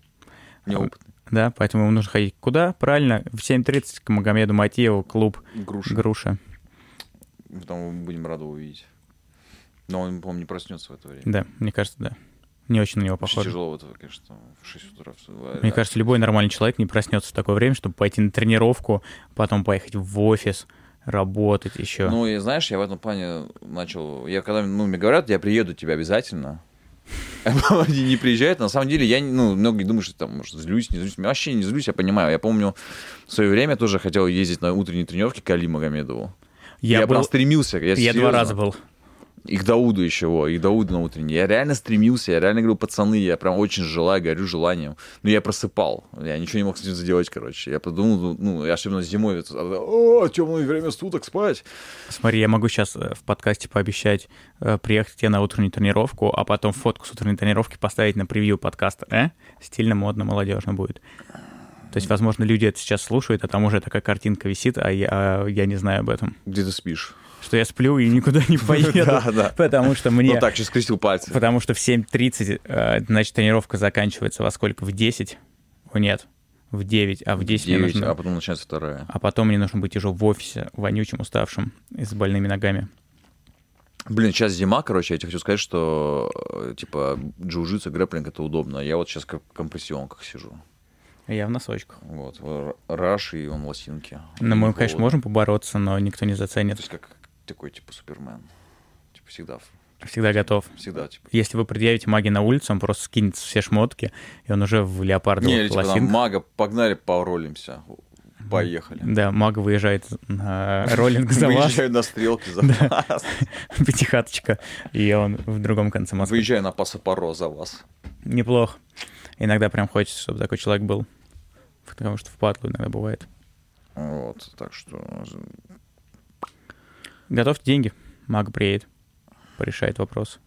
A: А,
B: Неопытный.
A: Да, поэтому ему нужно ходить куда? Правильно, в 7.30 к Магомеду Матиеву, клуб
B: Груша.
A: Груша.
B: Там мы будем рады увидеть. Но он, по-моему, не проснется в это время.
A: Да, мне кажется, да. Не очень на него
B: Вообще
A: похоже.
B: тяжело в это, конечно, там, в 6 утра. а,
A: Мне кажется, любой нормальный человек не проснется в такое время, чтобы пойти на тренировку, потом поехать в офис, работать еще.
B: Ну, и знаешь, я в этом плане начал... Я когда, ну, мне говорят, я приеду к тебе обязательно. (laughs) Они не приезжают. На самом деле, я, не- ну, многие думают, что там, может, злюсь, не злюсь. Я вообще не злюсь, я понимаю. Я помню, в свое время тоже хотел ездить на утренние тренировки к Али Магомедову. Я,
A: был-
B: прям стремился. Я,
A: я
B: серьезно.
A: два раза был.
B: И к Дауду еще, во, и к Дауду на утренний. Я реально стремился, я реально говорил, пацаны, я прям очень желаю, горю желанием. Но я просыпал, я ничего не мог с этим заделать, короче. Я подумал, ну, особенно зимой, это, о, темное время суток спать.
A: Смотри, я могу сейчас в подкасте пообещать э, приехать к тебе на утреннюю тренировку, а потом фотку с утренней тренировки поставить на превью подкаста. Э? Стильно, модно, молодежно будет. То есть, возможно, люди это сейчас слушают, а там уже такая картинка висит, а я, а я не знаю об этом.
B: Где ты спишь?
A: Что я сплю и никуда
B: (laughs)
A: не поеду,
B: Да, да.
A: потому что мне...
B: Ну так, сейчас скрестил пальцы.
A: Потому что в 7.30, э, значит, тренировка заканчивается во сколько? В 10? О, нет, в 9, а в 10 мне
B: Девять,
A: нужно...
B: а потом начинается вторая.
A: А потом мне нужно быть уже в офисе, вонючим, уставшим и с больными ногами.
B: Блин, сейчас зима, короче, я тебе хочу сказать, что э, типа джиу-джитсу, грэпплинг это удобно. Я вот сейчас как в компрессионках сижу.
A: А Я в носочках.
B: Вот, р- раш и он лосинки.
A: Но мы,
B: Никакого-
A: конечно, можем побороться, но никто не
B: То
A: заценит.
B: есть как такой, типа, супермен. Типа всегда, в-
A: Всегда готов.
B: всегда, типа.
A: Если вы предъявите маги на улице, он просто скинет все шмотки, и он уже в
B: Не, или
A: леопардовых
B: типа там,
A: лосинках.
B: мага, погнали, поролимся. (laughs) Поехали.
A: Да, маг выезжает на
B: (laughs)
A: роллинг за вас,
B: Выезжаю на стрелки за
A: Да.
B: вас.
A: (laughs) пятихаточка, и он в другом конце Москвы.
B: Выезжаю на пасапоро за вас.
A: Неплохо. Иногда прям хочется, чтобы такой человек был. Потому что в патлу иногда бывает.
B: Вот, так что...
A: Готовьте деньги. Маг приедет. Порешает вопрос.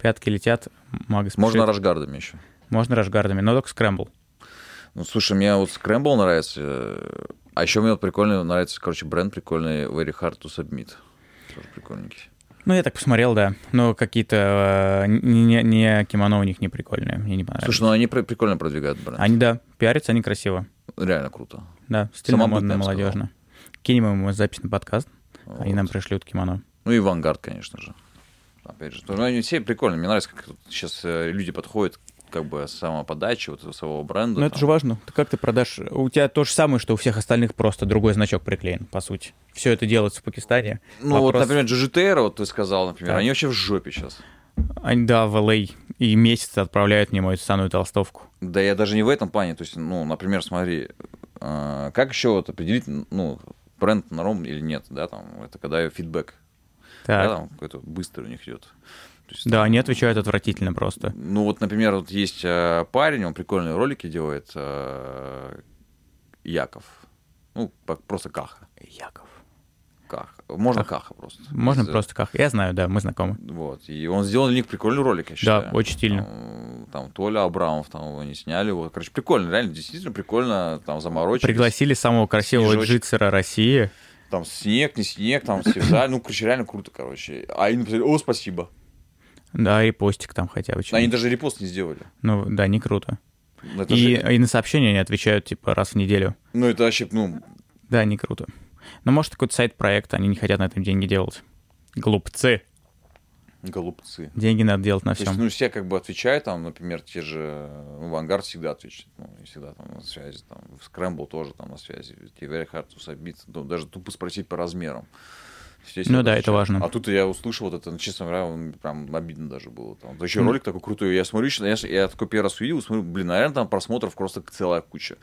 A: Пятки летят, мага спешит.
B: Можно рашгардами еще.
A: Можно рашгардами, но только скрэмбл.
B: Ну, слушай, мне вот скрэмбл нравится. э, А еще мне вот прикольно нравится, короче, бренд прикольный Very Hard to Submit. Тоже прикольненький.
A: Ну, я так посмотрел, да. Но какие-то э, не, не кимоно у них не прикольные. Мне не понравилось.
B: Слушай, ну они при- прикольно продвигают бренд.
A: А, Они, да, пиарятся, они красиво.
B: Реально круто.
A: Да, стильно,
B: Самобытно,
A: модно,
B: я бы сказал.
A: молодежно. Кинем ему запись на подкаст, они
B: Вот.
A: нам пришлют кимоно.
B: Ну и Вангард, конечно же. Опять же, ну, они все прикольные. Мне нравится, как сейчас люди подходят как бы самоподачи вот этого своего бренда.
A: Но Ну, это
B: там.
A: же важно. Ты как ты продашь? У тебя то же самое, что у всех остальных, просто другой значок приклеен, по сути. Все это делается в Пакистане.
B: Ну вот,
A: Вопрос-
B: например, GGTR, вот ты сказал, например,
A: Так.
B: они вообще в жопе сейчас.
A: Они, да, в LA и месяц отправляют мне мою саную толстовку.
B: Да я даже не в этом плане. То есть, ну, например, смотри, э, как еще вот определить, ну, бренд на ром или нет, да, там, это когда фидбэк,
A: Так.
B: да, там какой-то быстрый у них идет. То есть,
A: Да,
B: там,
A: они отвечают отвратительно просто.
B: Ну вот, например, вот есть э, парень, он прикольные ролики делает, э, Яков. Ну, по- просто Каха.
A: Яков.
B: Каха. Можно
A: Каха.
B: Каха просто.
A: Можно
B: Из-
A: просто как. Я знаю, да, мы знакомы.
B: Вот. И он сделал для них прикольный ролик, я считаю.
A: очень стильно.
B: Там, там Толя Абрамов, там его не сняли. Вот. Короче, прикольно, реально, действительно прикольно, там заморочились.
A: Пригласили самого красивого
B: Снежочек.
A: джитсера России.
B: Там снег, не снег, там все в зале. Ну, короче, реально круто, короче. А они написали, о, спасибо.
A: Да, и постик там хотя бы.
B: Они
A: чего-нибудь.
B: даже репост не сделали.
A: Ну, да, не круто.
B: Ну, это,
A: И,
B: же-
A: и на сообщения они отвечают, типа, раз в неделю.
B: ну, это вообще, ну,
A: Да, не круто. Но может, какой-то сайт-проект, они не хотят на этом деньги делать. Глупцы.
B: голубцы.
A: Деньги надо делать на
B: То есть,
A: всем.
B: ну, все как бы отвечают, там, например, те же, ну, Вангард всегда отвечает, ну, и всегда там на связи, там, в Scramble тоже там на связи, тебе very hard to submit, ну, даже тупо спросить по размерам. Естественно,
A: Ну да, это
B: отвечают.
A: важно.
B: А тут я услышал вот это, ну, честно говоря, он прям обидно даже было. Там. Еще
A: Ну.
B: ролик такой крутой, я смотрю, щас- я, с- я такой первый раз увидел, смотрю, блин, наверное, там просмотров просто целая куча.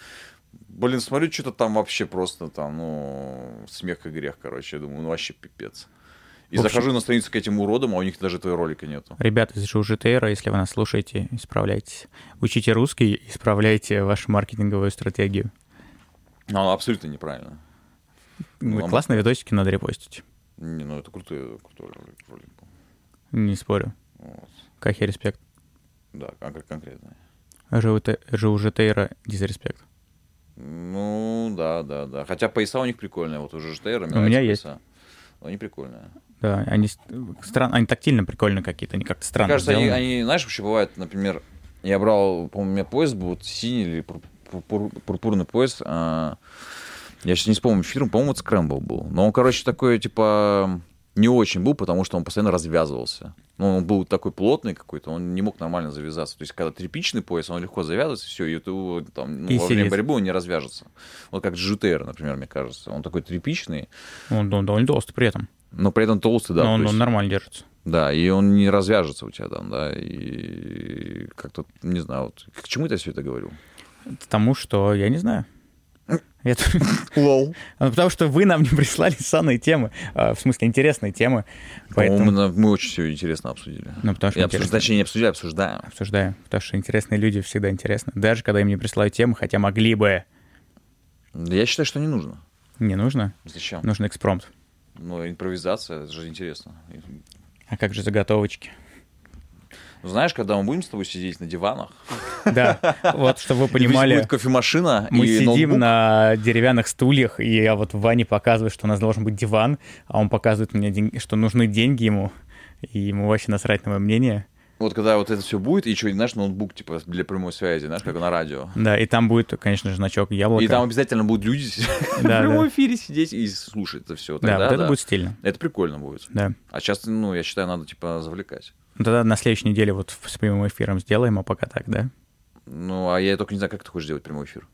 B: Блин, смотрю, что-то там вообще просто там, ну, смех и грех, короче, я думаю, ну, вообще пипец. И
A: В общем-
B: захожу на страницу к этим уродам, а у них даже этого ролика нету.
A: Ребята из Жужитейра, если вы нас слушаете, исправляйтесь. Учите русский, исправляйте вашу маркетинговую стратегию.
B: Ну, абсолютно неправильно. Ну,
A: Вы
B: а
A: классные видосики надо репостить.
B: Не, ну это крутой, крутой ролик, ролик был.
A: Не спорю.
B: Вот.
A: Кахе респект.
B: Да, кон- конкретно.
A: Жужитейра дизреспект.
B: Ну, да, да, да. Хотя пояса у них прикольные. Вот уже Штейра,
A: У меня есть.
B: Ну, Они прикольные.
A: Да, они с- стран, они тактильно прикольно какие-то, они как-то
B: Мне
A: странно
B: кажется, они,
A: сделаны.
B: они, знаешь, вообще бывает, например, я брал, по-моему, у меня поезд был вот синий или пур- пур- пурпурный поезд. а, я сейчас не вспомню фирм, по-моему, это Скрэмбл был. Но он, короче, такой, типа, не очень был, потому что он постоянно развязывался. Ну, он был такой плотный какой-то, он не мог нормально завязаться. То есть, когда тряпичный пояс, он легко завязывается, все, и ты его там, ну,
A: И
B: во время
A: сидит.
B: борьбы он не развяжется. Вот как GTR, например, мне кажется. Он такой тряпичный,
A: Он, он довольно толстый при этом,
B: но при этом толстый,
A: но
B: да. то
A: он,
B: есть-
A: он нормально держится.
B: да, и он не развяжется у тебя там, да, и как-то, не знаю, вот, к чему я все это говорю?
A: Потому что, я не знаю, Я тут- (laughs)
B: Лол.
A: Ну, Потому что вы нам не прислали (laughs) санные темы, а, в смысле интересные темы.
B: По-моему,
A: Поэтому...
B: на- мы очень все интересно обсудили.
A: Ну, потому что
B: И обсуж-
A: интересно.
B: Точнее, не обсудили, а обсуждаем.
A: обсуждаем, потому что интересные люди всегда интересны. Даже когда им не присылают темы, хотя могли бы.
B: Я считаю, что не нужно.
A: Не нужно,
B: Зачем?
A: нужен экспромт.
B: Ну, импровизация, это же интересно.
A: А как же заготовочки?
B: Ну, Знаешь, когда мы будем с тобой сидеть на диванах,
A: Да, вот, чтобы вы
B: везде
A: понимали,
B: будет кофемашина
A: мы
B: и
A: сидим
B: ноутбук.
A: на деревянных стульях, и я вот Ване показываю, что у нас должен быть диван, а он показывает мне, ден- что нужны деньги ему, и ему вообще насрать на мое мнение.
B: Вот когда вот это все будет, и еще, знаешь, ноутбук, типа, для прямой связи, знаешь, как на радио.
A: Да, и там будет, конечно же, значок яблоко.
B: И там обязательно будут люди (laughs) в
A: Да,
B: прямом
A: да.
B: эфире сидеть и слушать это все.
A: Да, вот это будет стильно.
B: Это прикольно будет.
A: Да.
B: А сейчас, ну, я считаю, надо, типа, завлекать.
A: Ну, тогда на следующей неделе вот в- с прямым эфиром сделаем, а пока так, да?
B: Ну, а я только не знаю, как ты хочешь делать прямой эфир.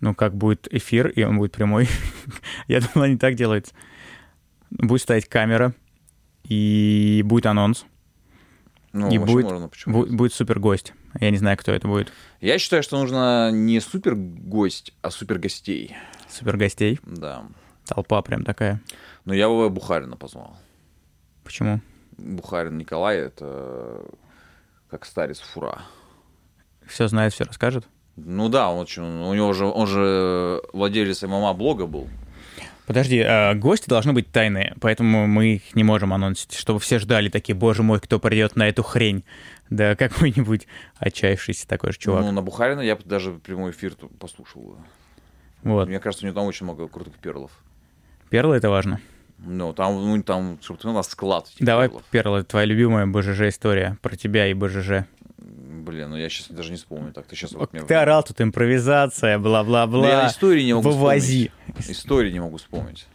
A: Ну, как будет эфир, и он будет прямой. (laughs) Я думал, не так делается. Будет стоять камера, и будет анонс,
B: Ну,
A: И
B: вообще
A: будет-
B: можно, почему?
A: бу- будет супер гость. Я не знаю, кто это будет.
B: Я считаю, что нужно не супер гость, а супер гостей.
A: Супер гостей.
B: Да.
A: Толпа прям такая.
B: Но я бы Бухарина позвал.
A: Почему?
B: Бухарин Николай — это э, как старец фура.
A: Все знает, все расскажет.
B: Ну да, он очень, у него же, он же владелец ММА блога был.
A: Подожди, а, гости должны быть тайные, поэтому мы их не можем анонсить, чтобы все ждали такие, боже мой, кто придет на эту хрень. Да (laughs) какой-нибудь отчаявшийся такой же чувак.
B: Ну, на Бухарина я бы даже прямой эфир тут послушал. бы.
A: вот.
B: Мне кажется, у него там очень много крутых перлов.
A: Перлы это важно.
B: Ну, там, ну, там, чтобы ты у нас склад этих
A: Давай,
B: Типа перлов.
A: Перла, твоя любимая БЖЖ история про тебя и БЖЖ.
B: Блин, ну я сейчас даже не вспомню. Так, ты сейчас вот мне...
A: Ты орал тут импровизация,
B: Ну, я
A: бла-бла-бла.
B: истории не могу
A: Вывози.
B: вспомнить. Истории не могу вспомнить.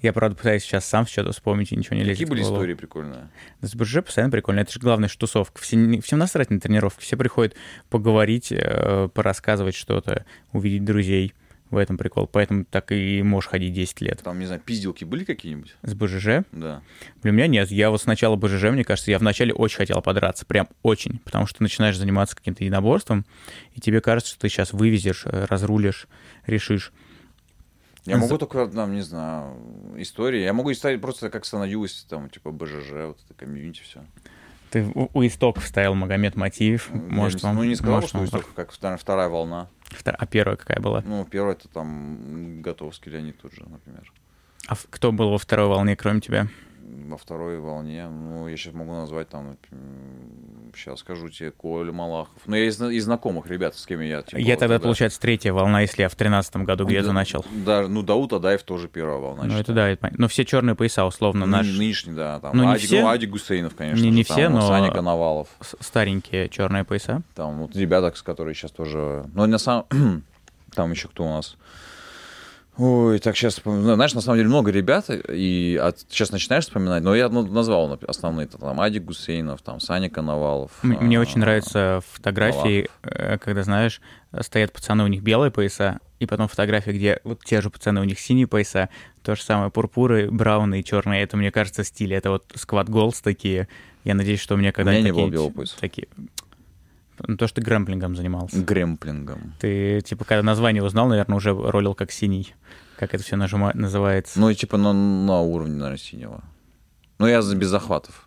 A: Я, правда, пытаюсь сейчас сам что-то вспомнить, и ничего не лезет
B: Какие
A: в
B: были
A: голову.
B: истории прикольные?
A: Да С БЖЖ постоянно прикольно. Это же главная ж тусовка. Все, не- всем насрать на тренировки. Все приходят поговорить, э, порассказывать что-то, увидеть друзей. В этом прикол. Поэтому так и можешь ходить 10 лет.
B: Там, не знаю, пизделки были какие-нибудь?
A: С БЖЖ?
B: Да.
A: Для меня нет. Я вот сначала БЖЖ, мне кажется, я вначале очень хотел подраться, прям очень, потому что ты начинаешь заниматься каким-то единоборством, и тебе кажется, что ты сейчас вывезешь, э, разрулишь, решишь.
B: Я
A: За-
B: могу только, там, не знаю, истории. Я могу истории просто как становилось, там, типа, БЖЖ, вот это комьюнити, все.
A: Ты у, у истоков стоял Магомед Матиев, может, вам...
B: Ну, не сказал,
A: может,
B: что
A: вам-
B: история, как вторая, вторая волна.
A: Втор- А первая какая была?
B: Ну, первая это там Готовский Леонид тут же, например.
A: А в- кто был во второй волне, кроме тебя?
B: Во второй волне, ну, я сейчас могу назвать там, сейчас скажу тебе, Коля Малахов. Ну, я из, из знакомых ребят, с кем я, типа,
A: я
B: вот
A: тогда,
B: тогда-
A: получается, третья волна, если я в тринадцатом году где-то
B: Да-
A: начал.
B: Да, ну, Дауд Адаев тоже первая волна.
A: ну, это
B: считаю.
A: да, это понятно. Но все черные пояса, условно,
B: Ну,
A: наши
B: не- Нынешний, да. Там,
A: Ну, не
B: Адик,
A: все.
B: ну, Адик Гусейнов, конечно.
A: Не-
B: же,
A: не
B: там,
A: все,
B: вот
A: но-
B: Саня Коновалов.
A: с- старенькие черные пояса.
B: Там вот ребята, с- которые сейчас тоже... Ну, на самом... (clears throat) Там еще кто у нас? Ой, так сейчас... Знаешь, на самом деле много ребят, и от- сейчас начинаешь вспоминать, но я ну, назвал нап- основные. Там Адик Гусейнов, там Саня Коновалов.
A: М- Мне
B: а, Ну
A: очень нравятся фотографии, э, когда, знаешь, стоят пацаны, у них белые пояса, и потом фотографии, где вот те же пацаны, у них синие пояса, то же самое, пурпуры, брауны и черные. Это, мне кажется, стиль. Это вот сквад голс такие. Я надеюсь, что у меня когда-то
B: не было
A: какие-нибудь
B: белого пояса.
A: Такие... Ну, то, что ты грэмплингом занимался.
B: Гремплингом.
A: Ты, типа, когда название узнал, наверное, уже ролил как синий. Как это все нажима... называется.
B: Ну, и типа на, на уровне, наверное, синего. Ну, я за- без захватов.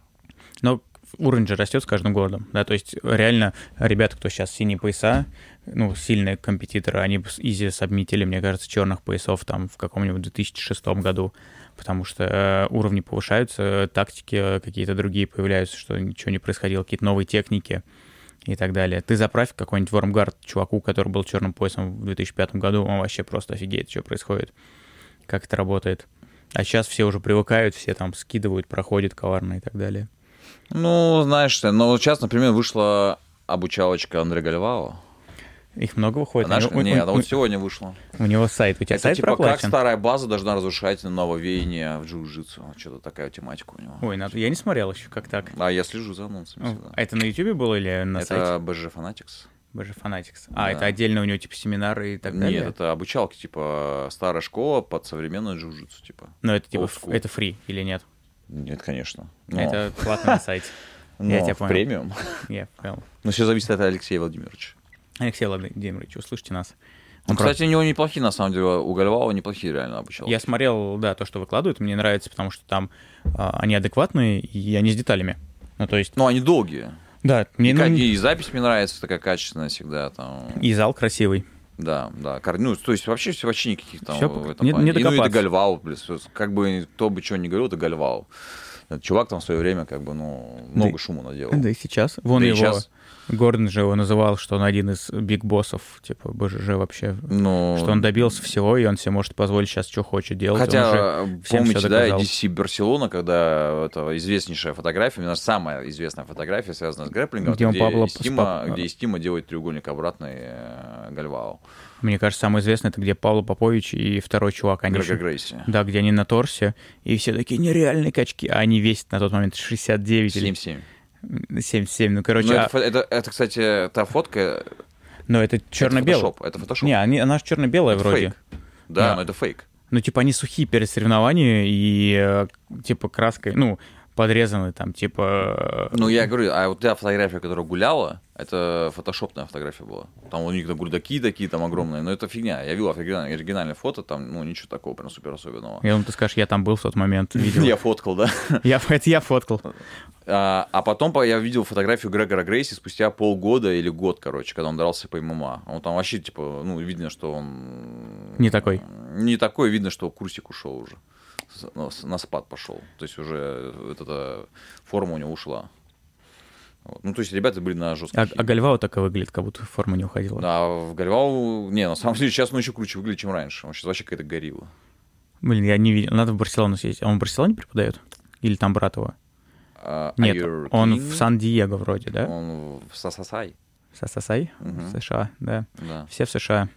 A: Но уровень же растет с каждым годом, да, то есть реально ребята, кто сейчас синие пояса, ну, сильные компетиторы, они бы с- изи сабмитили, мне кажется, черных поясов там в каком-нибудь 2006 году, потому что э, уровни повышаются, э, тактики э, какие-то другие появляются, что ничего не происходило, какие-то новые техники и так далее. Ты заправь какой-нибудь вормгард чуваку, который был черным поясом в 2005 году, он вообще просто офигеет, что происходит, как это работает. А сейчас все уже привыкают, все там скидывают, проходят коварно и так далее.
B: Ну, знаешь, ты, но вот сейчас, например, вышла обучалочка Андрея Гальвао.
A: Их много выходит.
B: Она ж-
A: у, него-
B: А не,
A: у-
B: она
A: у-
B: вот сегодня вышла.
A: у него сайт. У тебя
B: Это
A: сайт
B: типа как
A: проплачен?
B: старая база должна разрушать нововеяние в джиу-джитсу. Что-то такая тематика у него.
A: Ой, надо- я не смотрел еще, как так.
B: А я слежу за анонсами
A: Ну,
B: всегда.
A: а Это на Ютубе было или на сайте?
B: Это BG Fanatics?
A: Боже, Fanatics. А,
B: Да.
A: это отдельно у него типа семинары и так далее?
B: Нет, это обучалки, типа старая школа под современную джиу-джитсу, типа.
A: Но это типа,
B: Old
A: ф-
B: school. Ну.
A: это фри или нет?
B: Нет, конечно. Но,
A: Это платно на сайте.
B: но
A: тебя
B: в
A: понял.
B: премиум. (laughs) Ну,
A: Я понял.
B: Но все зависит от Алексея Владимировича.
A: Алексей Владимирович, услышите нас.
B: Ну, кстати, у него неплохие, на самом деле, у Гальвала неплохие реально обучалки.
A: Я смотрел, да, то, что выкладывают, мне нравится, потому что там а, они адекватные и они с деталями. Ну, то есть...
B: Ну, они долгие.
A: Да,
B: И,
A: мне ну,
B: ка- и запись мне нравится такая качественная всегда. Там.
A: и зал красивый.
B: Да, да. кор- Ну, то есть вообще, всё- вообще никаких там
A: Всё
B: в
A: пока-
B: этом
A: не-
B: плане.
A: не
B: И, ну, и
A: докопаться.
B: Дегальвау, блин, то есть как бы кто бы чего ни говорил, Дегальвау. Этот чувак там в свое время как бы, ну, много
A: Да и-
B: шума наделал.
A: Да и сейчас. Вон
B: Да и
A: его,
B: щас.
A: Гордон же его называл, что он один из биг-боссов, типа, БЖЖ вообще.
B: Ну,
A: Что он добился всего, и он себе может позволить сейчас, что хочет делать. Он же-
B: Хотя,
A: всем
B: помните,
A: всё
B: да,
A: доказал.
B: DC Барселона, когда это известнейшая фотография, наша самая известная фотография, связанная с грэпплингом,
A: Где он
B: где,
A: Пабло
B: Стима,
A: спа-
B: где из Стима делает треугольник обратный э, Гальвау,
A: Мне кажется, самое известное, это где Павло Попович и второй чувак, они
B: Грегор
A: же-
B: Грейси.
A: Да, где они на торсе, и все такие нереальные качки, а они весят на тот момент 69 или
B: 7-7.
A: 77, ну, короче,
B: Ну,
A: а-
B: это, фо- это, это, кстати, та фотка,
A: но это черно-белое.
B: фотошоп, это фотошоп.
A: Не, они, она же черно-белая
B: Это
A: вроде.
B: фейк. Да,
A: Да.
B: но это фейк.
A: Ну, типа, они сухие перед соревнованием и, э, типа, краской, ну, подрезаны там, типа... э,
B: Ну, я говорю, а вот та фотография, которая гуляла, это фотошопная фотография была. Там у них там грудаки такие там огромные, но это фигня. Я видел оригинальное, оригинальное фото, там, ну, ничего такого прям супер особенного.
A: Я думаю, ты скажешь, я там был в тот
B: (laughs)
A: момент, видел.
B: Я фоткал, да.
A: Я, это я фоткал.
B: А, а потом по- я видел фотографию Грегора Грейси спустя полгода или год, короче, когда он дрался по ММА. Он там вообще, типа, ну, видно, что он...
A: Не такой.
B: Не такой, видно, что курсик ушел уже. С- ну, с- На спад пошел. То есть уже э, вот эта форма у него ушла. Вот. Ну, то есть ребята были на
A: А,
B: жестком
A: а Гальвао так и выглядит, как будто форма не уходила.
B: А в Гальвау... Не, на самом деле сейчас он еще круче выглядит, чем раньше. Он сейчас вообще какая-то горилла.
A: Блин, я не видел. Надо в Барселону съездить. А он в Барселоне преподает? Или там брат его?
B: А,
A: Нет,
B: Айр
A: он
B: Кин,
A: в Сан-Диего вроде, да?
B: Он в Сасасай.
A: Сасасай?
B: Мгм.
A: В США, да.
B: Да.
A: Все в США.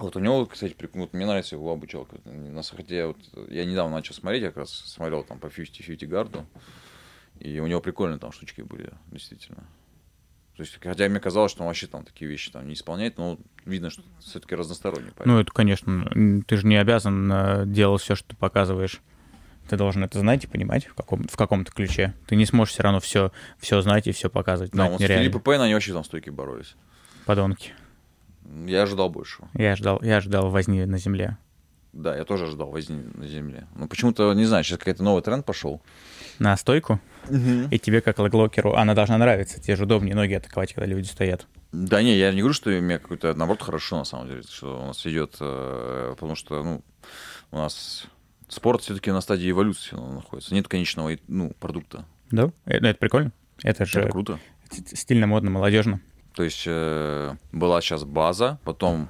B: Вот у него, кстати, прик- вот мне нравится его обучалка. На с- хотя вот я недавно начал смотреть, я как раз смотрел там по 50-50 гарду, и у него прикольные там штучки были, действительно. То есть, хотя мне казалось, что он вообще там такие вещи там не исполняет, но видно, что все-таки разносторонний парень.
A: Ну, это, конечно, м, ты же не обязан э, делать все, что ты показываешь. Ты должен это знать и понимать в, каком, в каком-то ключе. Ты не сможешь все равно все, все знать и все показывать.
B: да,
A: Да,
B: он с
A: нереально.
B: Филиппом Пейн, они вообще там стойки боролись.
A: Подонки.
B: Я ожидал большего.
A: Я ждал, я ждал возни на земле.
B: Да, я тоже ожидал возни на земле. Но почему-то, не знаю, сейчас какой-то новый тренд пошел.
A: На стойку, и тебе, как логлокеру, она должна нравиться. Тебе же удобнее ноги атаковать, когда люди стоят.
B: Да не, я не говорю, что у меня какой-то, наоборот, хорошо, на самом деле, что у нас идет, э, потому что, ну, у нас спорт все-таки на стадии эволюции он находится. Нет конечного, и- ну, продукта.
A: Да? Э, ну, это прикольно. Это же
B: Это круто.
A: ст- стильно, модно, молодежно.
B: То есть э, была сейчас база, потом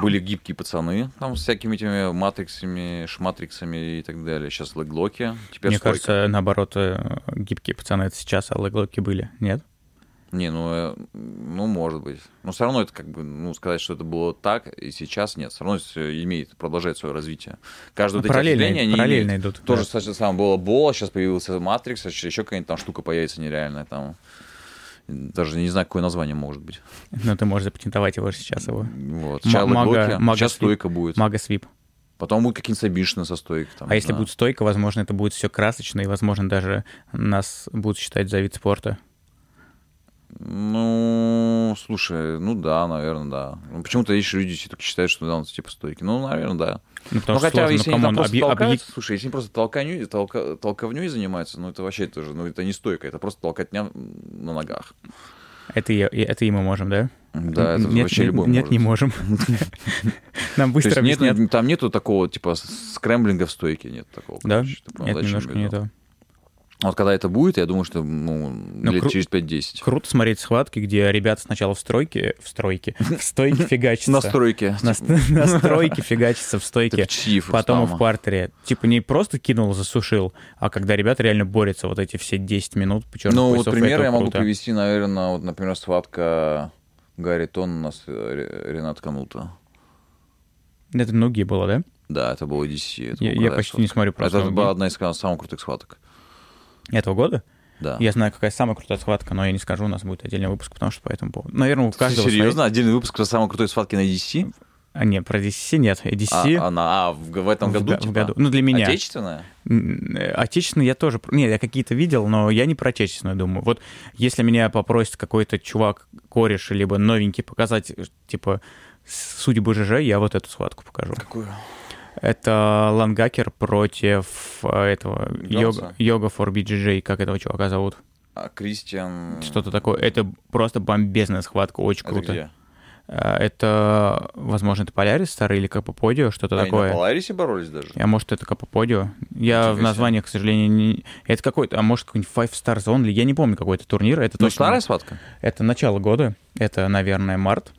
B: были гибкие пацаны там с всякими этими матриксами, шматриксами и так далее. Сейчас леглоки. Теперь
A: Мне
B: стойка.
A: кажется, наоборот, э, гибкие пацаны это сейчас, а логлоки были. Нет?
B: Не, ну, э, ну, может быть. Но все равно это как бы, ну, сказать, что это было так, и сейчас нет. Все равно все имеет, продолжает свое развитие. Каждое вот эти
A: параллельно
B: отделения, они
A: параллельно
B: имеют.
A: Ну, идут.
B: Тоже
A: да.
B: кстати, самое было Бола, сейчас появился Матрикс, еще какая-нибудь там штука появится нереальная там. Даже не знаю, какое название может быть.
A: Но Ну, ты можешь запатентовать его сейчас, его.
B: Вот.
A: М-
B: Сейчас
A: мага-
B: Лэглоки,
A: мага
B: сейчас
A: Свип.
B: стойка будет.
A: Мага свип.
B: Потом будут какие-нибудь сабишины со стойкой. Там,
A: А
B: не
A: если
B: знаю.
A: будет стойка, возможно, это будет все красочно, и, возможно, даже нас будут считать за вид спорта.
B: Ну, слушай, ну да, наверное, да. Ну, Почему-то еще люди все-таки считают, что да, он типа стойки. Ну, наверное, да.
A: Ну, потому
B: ну,
A: что
B: хотя,
A: сложно,
B: если
A: ну,
B: они там
A: камон,
B: просто
A: объ-
B: толкаются,
A: объект-
B: слушай, если они просто толканью, толка- толковнёй занимаются, ну, это вообще тоже, ну, это не стойка, это просто толкотня на ногах.
A: это, я- и- это и мы можем, да?
B: Да, это
A: нет,
B: вообще
A: нет,
B: любой
A: нет, не можем.
B: (laughs)
A: Нам
B: То
A: быстро
B: есть нет,
A: объяснят.
B: нет, там нету такого, типа, скрэмблинга в стойке, нет такого.
A: Да?
B: короче, ты понял,
A: Нет,
B: да, о чём
A: немножко
B: я
A: не
B: говорю?
A: то.
B: Вот когда это будет, я думаю, что, ну,
A: Ну,
B: лет
A: кру-
B: через 5-10.
A: Круто смотреть схватки, где ребята сначала в стройке, в стройке, в
B: (laughs)
A: стойке
B: На
A: фигачатся.
B: стройке.
A: На ст- на стройке фигачатся в стойке.
B: Типа, чиф,
A: Потом
B: Рустама.
A: в партере. Типа не просто кинул, засушил, а когда ребята реально борются вот эти все 10 минут по черному
B: Ну, вот пример я могу привести, наверное, вот, например, схватка Гарри Тонна с э, Ре- Ренат Канута.
A: Это ноги было, да?
B: Да, это было DC. это
A: Я-
B: была
A: я
B: крутая
A: почти не
B: схватка.
A: смотрю просто
B: Это
A: ноги.
B: была одна из конечно, самых крутых схваток.
A: Этого года?
B: Да.
A: Я знаю, какая самая крутая схватка, но я не скажу, у нас будет отдельный выпуск, потому что по этому поводу. Наверное, у
B: Ты
A: каждого свои-
B: Серьезно, отдельный выпуск про самые крутые схватки на DC?
A: А, не, про DCC нет. EDC
B: А, она, а в, в этом
A: в,
B: году?
A: г- в
B: типа?
A: году. Ну, для меня.
B: Отечественная?
A: М, э, Отечественный я тоже... про- Нет, я какие-то видел, но я не про отечественную думаю. Вот если меня попросит какой-то чувак, кореш, либо новенький показать, э, типа, судьбы ЖЖ, я вот эту схватку покажу.
B: Какую?
A: Это Лангакер против э, этого... Йога,
B: Йонса?
A: йога for BGJ, как этого чувака зовут?
B: А, Кристиан...
A: Что-то такое. Это просто бомбезная схватка, очень
B: Это
A: круто.
B: где?
A: Э, Это, возможно, это Полярис старый или Капоподио, что-то
B: Они на
A: такое.
B: Поларисе боролись даже?
A: А может, это Капоподио? Я
B: Нифига
A: в
B: себе.
A: названиях, к сожалению, не... Это какой-то, а может, какой-нибудь Five Stars Only, я не помню какой-то турнир. Это
B: Ну,
A: точно-
B: старая схватка?
A: Это начало года, это, наверное, март,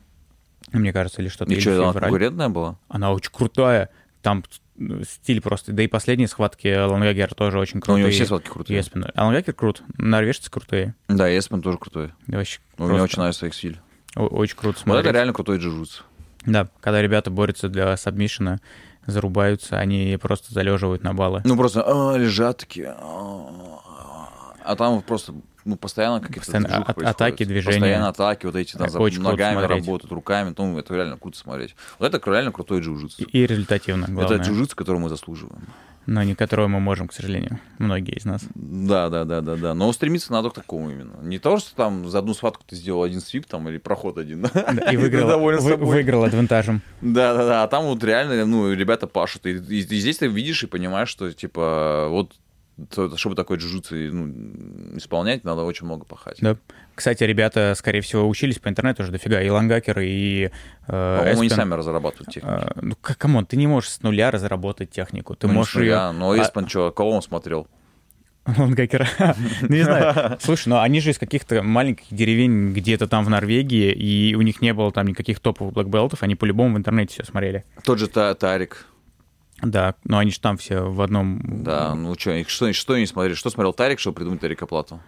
A: мне кажется, или что-то, или
B: Ничего, она
A: февраль.
B: конкурентная была?
A: Она очень крутая, там ну, стиль просто, да и последние схватки Лангагер тоже очень
B: Ну, у
A: крутые.
B: него все схватки крутые.
A: Еспин. А Лангагер крут, норвежцы крутые.
B: Да, Эспен тоже крутой.
A: Да, Вообще
B: У меня
A: просто
B: очень нравится их стиль.
A: о- очень круто
B: Вот
A: смотреть.
B: это реально крутой джиу-джитсу.
A: Да, когда ребята борются для сабмишина, зарубаются, они просто залеживают на баллы.
B: Ну просто а, лежат такие. а, А там просто ну, постоянно какие-то
A: Постоянно а-
B: движуха
A: атаки,
B: происходят.
A: движения.
B: Постоянно атаки, вот эти там за
A: Очень круто
B: ногами
A: смотреть.
B: работают, руками. Ну, это реально круто смотреть. Вот это реально крутой
A: И,
B: джиу-джитсу.
A: и результативно,
B: Это
A: главное.
B: джиу-джитсу, который мы заслуживаем.
A: Но не которую мы можем, к сожалению, многие из нас.
B: Да, да, да, да, да. Но стремиться надо к такому именно. Не то, что там за одну схватку ты сделал один свип там или проход один.
A: Да, И
B: (laughs) ты
A: выиграл,
B: доволен
A: вы-
B: собой.
A: выиграл
B: (laughs)
A: адвантажем.
B: Да, да, да. А там вот реально, ну, ребята пашут. И, и- и здесь ты видишь и понимаешь, что типа вот то- чтобы такой джиу-джитсу ну, исполнять, надо очень много пахать.
A: Да. Кстати, ребята, скорее всего, учились по интернету уже дофига. И Лангакер, и э,
B: По-моему, они
A: Эспен.
B: сами разрабатывают технику.
A: Э, ну, к- камон, ты не можешь с нуля разработать технику. Ты
B: Ну, не
A: можешь
B: знаю,
A: ее...
B: да, но
A: а-
B: Эспен, чё, кого он смотрел?
A: (laughs) Лангакера. Ну, не
B: (laughs)
A: знаю. Слушай, ну они же из каких-то маленьких деревень где-то там в Норвегии, и у них не было там никаких топовых блэкбелтов, они по-любому в интернете все смотрели.
B: Тот же Та- Тарик.
A: Да, но они же там все в одном...
B: Да, ну чё, их что, что они смотрели? Что смотрел Тарик, чтобы придумать Тарика Плату?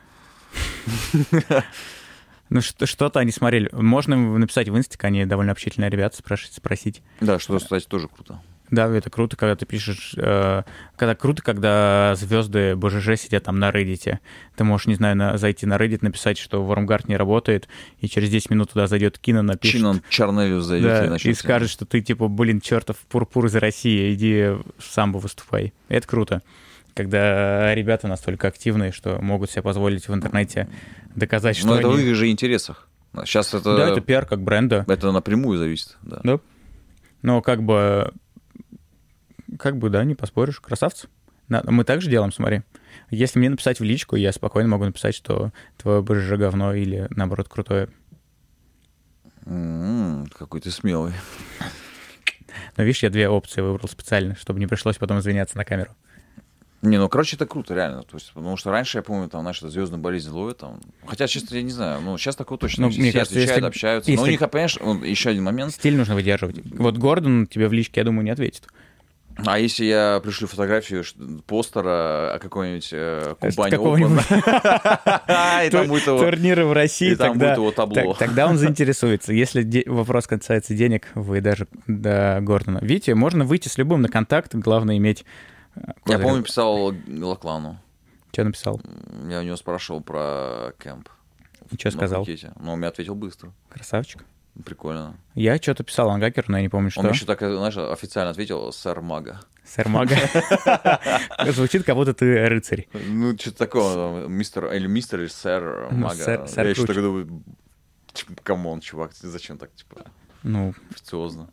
A: Ну, что- что-то они смотрели. Можно им написать в инстик, они довольно общительные ребята, спрашивать, спросить.
B: Да, что, кстати, тоже круто.
A: Да, это круто, когда ты пишешь... э, когда круто, когда звезды БЖЖ сидят там на Reddit. Ты можешь, не знаю, на- зайти на Reddit, написать, что Вормгард не работает, и через 10 минут туда зайдет Кина, напишет...
B: Чинон Чарнелиус зайдет
A: Да,
B: и начнёт с ним.
A: скажет, что ты типа, блин, чертов пурпур из России, иди в самбо выступай. Это круто, когда ребята настолько активные, что могут себе позволить в интернете доказать, что
B: Но Ну, это э, в
A: они-
B: их же интересах. Сейчас это,
A: Да, это Ну.
B: это...
A: пиар как бренда,
B: напрямую зависит. Да.
A: но как бы, как бы, да, не поспоришь, красавцы. На- Мы так же делаем, смотри. Если мне написать в личку, я спокойно могу написать, что твое БЖ говно или, наоборот, крутое.
B: М, М-м, какой ты смелый.
A: Но видишь, я две опции выбрал специально, чтобы не пришлось потом извиняться на камеру.
B: Не, ну, короче, это круто, реально. То есть, потому что раньше, я помню, там, знаешь, звездную болезнь ловят там. Хотя, честно, я не знаю, ну, сейчас такого точно
A: Ну,
B: нет.
A: мне
B: Все
A: кажется,
B: отвечают,
A: если-
B: общаются. Но у
A: если-
B: них, а, понимаешь, вот еще один момент.
A: Стиль нужно выдерживать. Вот Гордон тебе в личке, я думаю, не ответит.
B: А если я пришлю фотографию ш- постера о какой-нибудь э, Кубани
A: Какого-нибудь
B: Open, (laughs) и там
A: тур-
B: будет его...
A: турнира в России,
B: и там
A: тогда,
B: будет его табло.
A: так- тогда он заинтересуется. Если де- вопрос касается денег, вы даже до Гордона. Видите, можно выйти с любым на контакт, главное иметь...
B: Я помню, писал Лаклану.
A: Что написал?
B: Я у него спрашивал про кемп.
A: Ничего
B: на
A: сказал.
B: Пхукете. Но он мне ответил быстро.
A: Красавчик.
B: Прикольно.
A: Я что-то писал Ангакеру, но я не помню, что.
B: Он еще так, э, знаешь, официально ответил «Сэр Мага».
A: Сэр
B: (laughs)
A: Мага. Звучит, как будто ты рыцарь.
B: Ну, что-то такое, там, мистер, или мистер, или сэр, э,
A: Ну,
B: мага.
A: сэр- сэр
B: Я еще
A: круче.
B: так думаю, типа, камон, чувак, ты зачем так, типа,
A: Ну,
B: официозно?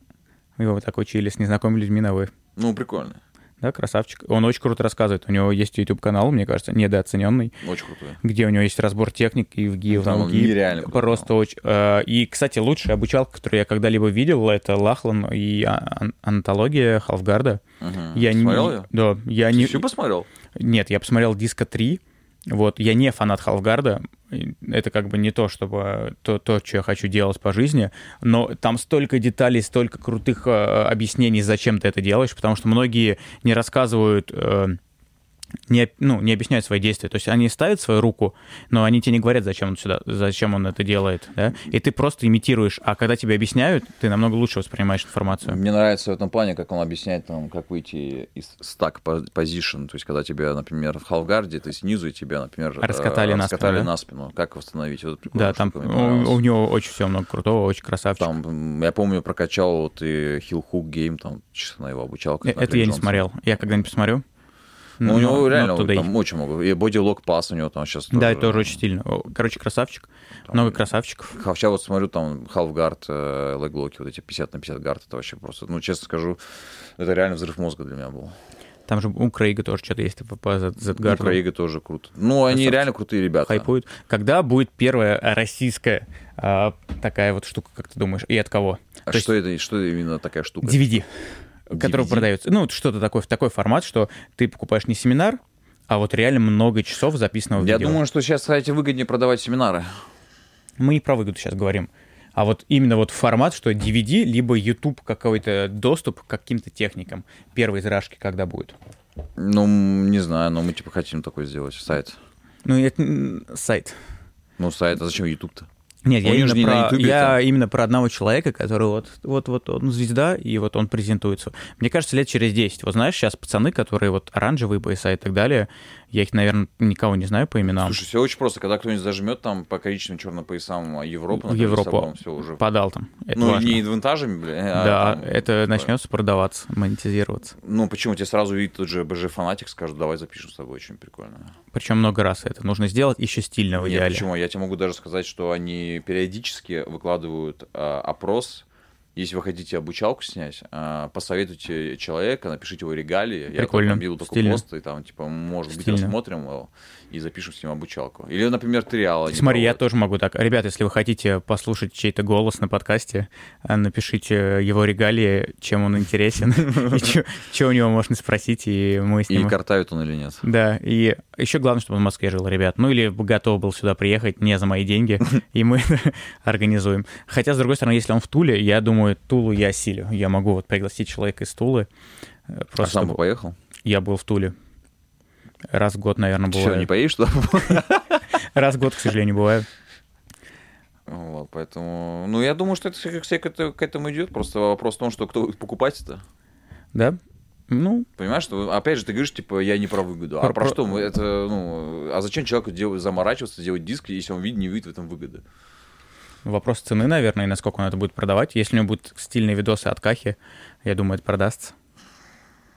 A: его так учили с незнакомыми людьми на «вы».
B: Ну, прикольно,
A: Да, красавчик. Он очень круто рассказывает. У него есть YouTube-канал, мне кажется, недооцененный.
B: очень крутой.
A: где у него есть разбор техник и в гиев
B: Да, он
A: науки.
B: Ну, нереально крутой.
A: Просто очень... э, И, кстати, лучшая обучалка, которую я когда-либо видел, это Лахлан и а- ан- антология Халфгарда.
B: Мгм.
A: Я
B: А, Смотрел
A: не...
B: ее?
A: Да, я
B: Ты
A: не...
B: всю посмотрел?
A: Нет, я посмотрел Диско 3. Вот, я не фанат Халфгарда. И Это как бы не то, чтобы а, то, то, что я хочу делать по жизни, но там столько деталей, столько а, крутых э, объяснений, зачем ты это делаешь, потому что многие не рассказывают э, не, ну, не объясняют свои действия. То есть они ставят свою руку, но они тебе не говорят, зачем он сюда, зачем он это делает, да? И ты просто имитируешь. А когда тебе объясняют, ты намного лучше воспринимаешь информацию.
B: Мне нравится в этом плане, как он объясняет, там, как выйти из стак позишн, то есть когда тебя, например, в халгарде, то есть снизу тебя, например,
A: Раскатали
B: э,
A: на
B: раскатали
A: спину, да?
B: на спину, как восстановить. Вот прикольная
A: Да, там
B: штука, мне понравилась.
A: у, у него очень все много крутого, очень красавчик.
B: Там, м, я помню, прокачал вот и хилхук гейм, там, честно, его обучал.
A: Э,
B: как
A: это
B: на
A: я не
B: Клинтонце.
A: смотрел. Я когда-нибудь посмотрю.
B: Ну, у
A: Но-
B: него
A: но
B: реально
A: туда
B: там очень много. И бодилок пас у него там сейчас.
A: Да, это тоже очень стильно. О, Короче, красавчик.
B: там-
A: Много красавчиков.
B: Ха- Сейчас вот смотрю, там халфгард, э, леглоки, вот эти 50 на 50 гард, это вообще просто, ну, честно скажу, это реально взрыв мозга для меня был.
A: Там же у Крейга тоже что-то есть, типа, по Z-
B: Ну,
A: Зетгарду.
B: Краига тоже круто. Ну, они
A: Красавцы.
B: реально крутые ребята.
A: хайпуют. Когда будет первая российская а, такая вот штука, как ты думаешь, и от кого?
B: А
A: То есть-
B: что это, что именно такая штука?
A: DVD, который
B: DVD?
A: продается. Ну, вот что-то такое, в такой формат, что ты покупаешь не семинар, а вот реально много часов записанного
B: Я
A: видео.
B: думаю, что сейчас, кстати, выгоднее продавать семинары.
A: Мы не про выгоду сейчас говорим, а вот именно вот формат, что DVD, либо YouTube какой-то доступ к каким-то техникам. Первые зражки когда будет?
B: Ну, м, не знаю, но мы, типа, хотим такой сделать сайт.
A: Ну, это м, сайт.
B: Ну, сайт, а зачем YouTube-то?
A: Нет, я
B: Он же не на
A: именно, про,
B: Ютубе
A: я
B: это.
A: именно про одного человека, который вот, вот, вот он звезда, и вот он презентуется. Мне кажется, лет через 10. Вот знаешь, сейчас пацаны, которые вот оранжевые пояса и так далее, я их, наверное, никого не знаю по именам.
B: Слушай, все очень просто. Когда кто-нибудь зажмет там по коричневым черным поясам а Европу,
A: В
B: например,
A: Европу.
B: все уже.
A: Подал там. Это
B: Ну,
A: важно.
B: не инвентажами, бля. а
A: да,
B: там,
A: это
B: типа,
A: начнется продаваться, монетизироваться.
B: Ну, почему? Тебе сразу видит тот же БЖ фанатик, скажут, давай запишем с тобой очень прикольно.
A: Причем много раз это нужно сделать, еще стильно в
B: Нет,
A: идеале.
B: почему? Я тебе могу даже сказать, что они периодически выкладывают а, опрос. Если вы хотите обучалку снять, а, посоветуйте человека, напишите его регалии. Я
A: Прикольно,
B: там бил такой
A: стильно.
B: пост, и там, типа, может быть,
A: Стильно.
B: рассмотрим его и запишем с ним обучалку. Или, например, триал. они
A: Смотри, я
B: проводят.
A: тоже могу так. Ребят, если вы хотите послушать чей-то голос на подкасте, а, напишите его регалии, чем он
B: (laughs)
A: интересен, и что у него можно спросить, и мы с
B: Или
A: ним...
B: картавит он или нет.
A: Да, и еще главное, чтобы он в Москве жил, ребят. Ну или бы готов был сюда приехать не за мои
B: (laughs)
A: деньги, и мы (laughs) организуем. Хотя, с другой стороны, если он в Туле, я думаю, Тулу я осилю. Я могу вот пригласить человека из Тулы. э,
B: А
A: Просто
B: сам бы
A: чтобы-
B: поехал?
A: я был в Туле. Раз в год, наверное,
B: Ты что, не
A: бывает.
B: поедешь туда?
A: Раз в год, к сожалению, бывает.
B: Вот, поэтому... Ну, я думаю, что это все- все к это- к этому идет. Просто вопрос в том, что кто будет покупать это.
A: Да? Ну,
B: Понимаешь, что, опять же, ты говоришь, типа, я не про выгоду. А
A: Про-
B: про
A: про-
B: что? мы Это, ну, а зачем человеку делать, заморачиваться, делать диск, если он видит, не видит в этом выгоды?
A: Вопрос цены, наверное, и насколько он это будет продавать. Если у него будут стильные видосы от Кахи, я думаю, это продастся.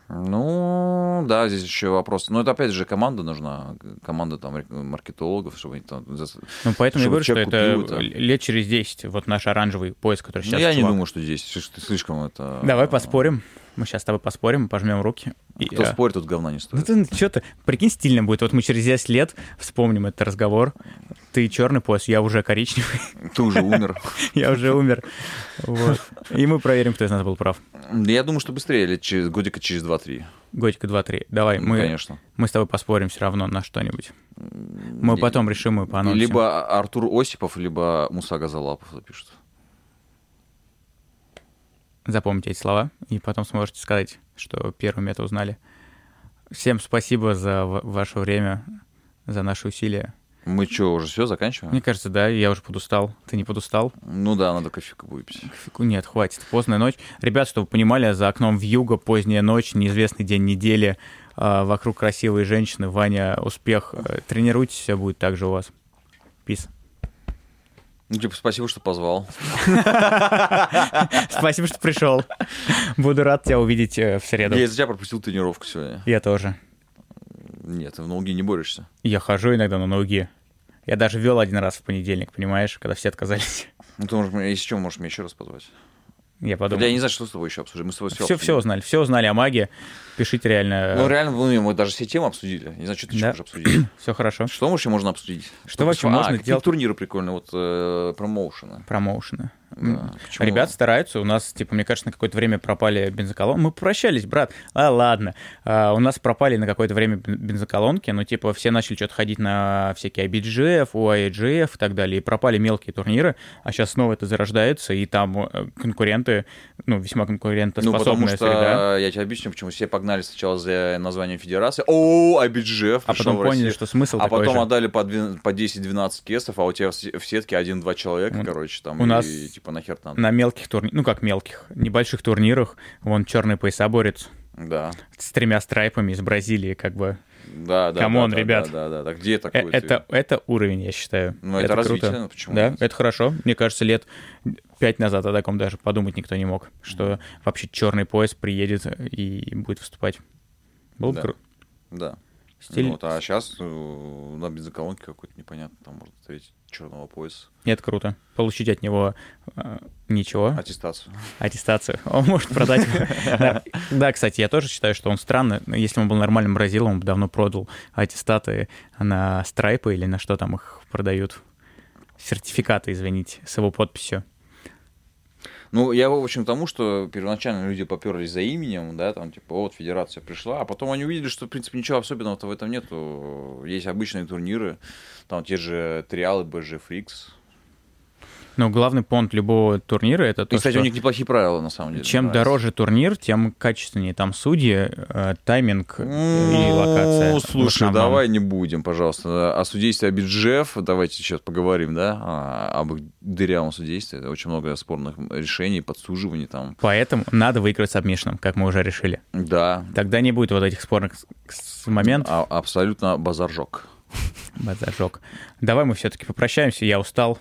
B: Ну, да, здесь еще вопрос. Но это, опять же, команда нужна. Команда там рек- маркетологов, чтобы они там... зас-
A: Ну, поэтому я
B: Чтобы
A: говорю, что
B: человек
A: это
B: купил это.
A: лет через 10, вот наш оранжевый поиск, который
B: Ну,
A: сейчас
B: я не
A: чувак.
B: думаю, что здесь слиш- ты слишком это...
A: Давай поспорим. Мы сейчас с тобой поспорим, пожмем руки. И,
B: А Кто
A: э,
B: спорит, тут говна не
A: Ну
B: стоит.
A: ты что ты, прикинь, стильно будет. Вот мы через 10 лет вспомним этот разговор. Ты черный пояс, я уже коричневый, (laughs)
B: Ты уже умер.
A: я уже умер. Вот. И мы проверим, кто из нас был прав.
B: Я думаю, что быстрее, лет через годика через 2-3.
A: Годика 2-3. Давай,
B: Ну,
A: мы,
B: Конечно.
A: мы с тобой поспорим все равно на что-нибудь. Мы
B: И-
A: потом решим и по анонсу.
B: Либо Артур Осипов, либо Муса Газалапов запишут.
A: запомните эти слова, и потом сможете сказать, что первыми это узнали. Всем спасибо за ва- ваше время, за наши усилия.
B: Мы что, уже все, заканчиваем?
A: Мне кажется, да, я уже подустал. Ты не подустал?
B: Ну да, надо кофейку выпить.
A: Фу, Нет, хватит. Поздная ночь. Ребят, чтобы вы понимали, за окном вьюга, поздняя ночь, неизвестный день недели, а, вокруг красивые женщины. Ваня, успех. Э, Тренируйтесь, все будет так же у вас. Пис. (laughs)
B: Ну, типа, спасибо, что позвал.
A: Спасибо, что пришел. Буду рад тебя увидеть э, в среду.
B: Я из-за тебя пропустил тренировку сегодня.
A: Я тоже.
B: Нет, ты в ноги не борешься.
A: Я хожу иногда на ноги. Я даже вел один раз в понедельник, понимаешь, когда все отказались. (laughs)
B: Ну, ты можешь, меня- если что, можешь меня еще раз позвать.
A: Я
B: Хотя я
A: подумал.
B: не знаю, что с тобой еще обсудим. Мы с тобой все,
A: Все, все узнали, все узнали о магии. Пишите
B: Ну,
A: реально.
B: реально, ну, мы даже все темы обсудили. Не знаю, что ты еще
A: Да. (clears throat)
B: можешь обсудить.
A: Все хорошо.
B: Что вообще можно обсудить?
A: Что вообще
B: А,
A: можно
B: какие
A: делать?
B: турниры прикольные, вот э, промоушены.
A: Промоушены. М.
B: Да, почему?
A: Ребят стараются, у нас, типа, мне кажется, на какое-то время пропали бензоколонки. Мы прощались, брат. А, ладно. А, у нас пропали на какое-то время бен- бензоколонки, но, типа, все начали что-то ходить на всякие IBGF, UIGF и так далее, и пропали мелкие турниры, а сейчас снова это зарождается, и там э, конкурент конкуренты, ну, весьма
B: Ну,
A: конкурентоспособная
B: потому что э,
A: среда.
B: я тебе объясню, почему все погнали сначала за названием федерации. О, IBGF
A: А
B: пришел
A: потом
B: в Россию.
A: поняли, что смысл
B: А
A: такой
B: потом
A: же.
B: отдали по, две- по 10-12 кесов, а у тебя в се- в сетке один-два человека,
A: У-
B: короче, там,
A: у
B: и,
A: нас
B: типа нахер там.
A: На мелких турнирах, ну как мелких, небольших турнирах, вон черный пояса борется
B: Да,
A: с тремя страйпами из Бразилии, как бы.
B: да, да.
A: Камон,
B: да,
A: ребят.
B: Да, да, да. Где
A: Э,
B: такое? ты?
A: Это, это уровень, я считаю.
B: Ну, это, развитие,
A: круто.
B: ну, почему?
A: Да,
B: нет?
A: это хорошо. Мне кажется, лет пять назад о таком даже подумать никто не мог, что вообще черный пояс приедет и будет выступать. Было бы
B: Да.
A: круто.
B: Да.
A: Стиль-
B: Ну, вот, а сейчас на бензоколонке какой-то непонятно, там можно встретить черного пояса.
A: Нет, круто. Получить от него э,
B: А
A: ничего,
B: Аттестацию.
A: аттестацию. Он может
B: (laughs)
A: продать. Да. Да, кстати, я тоже считаю, что он странно. Но Если он был нормальным бразилом, он бы давно продал аттестаты на страйпы или на что там их продают. Сертификаты, извините, с его подписью.
B: Ну, я, в общем, к тому, что первоначально люди поперлись за именем, да, там, типа, вот, федерация пришла, а потом они увидели, что, в принципе, ничего особенного-то в этом нету. Есть обычные турниры, там, те же Триалы, БЖ, Фрикс.
A: Но главный понт любого турнира это то,
B: И, кстати,
A: что
B: у них неплохие правила, на самом деле.
A: чем
B: мне нравится.
A: дороже турнир, тем качественнее там судьи, э, тайминг и
B: Ну,
A: локация. в
B: Слушай,
A: основном.
B: давай не будем, пожалуйста, о судействе Абиджев. Давайте сейчас поговорим, да, а, об их дырявом судействе. Это Очень много спорных решений, подсуживаний там.
A: Поэтому надо выиграть с обмешанным, как мы уже решили.
B: Да,
A: Тогда не будет вот этих спорных с- с- моментов.
B: а- абсолютно базаржок.
A: Базажок. Давай мы все-таки попрощаемся. Я устал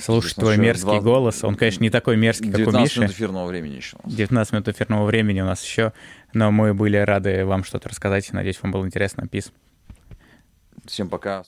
A: слушать
B: Интересно,
A: твой
B: еще
A: мерзкий
B: два-
A: голос. Он, конечно, не такой мерзкий, как у
B: 19
A: Миши.
B: минут эфирного времени еще. у нас.
A: 19 минут эфирного времени у нас еще, но мы были рады вам что-то рассказать. Надеюсь, вам было интересно. Peace.
B: Всем пока.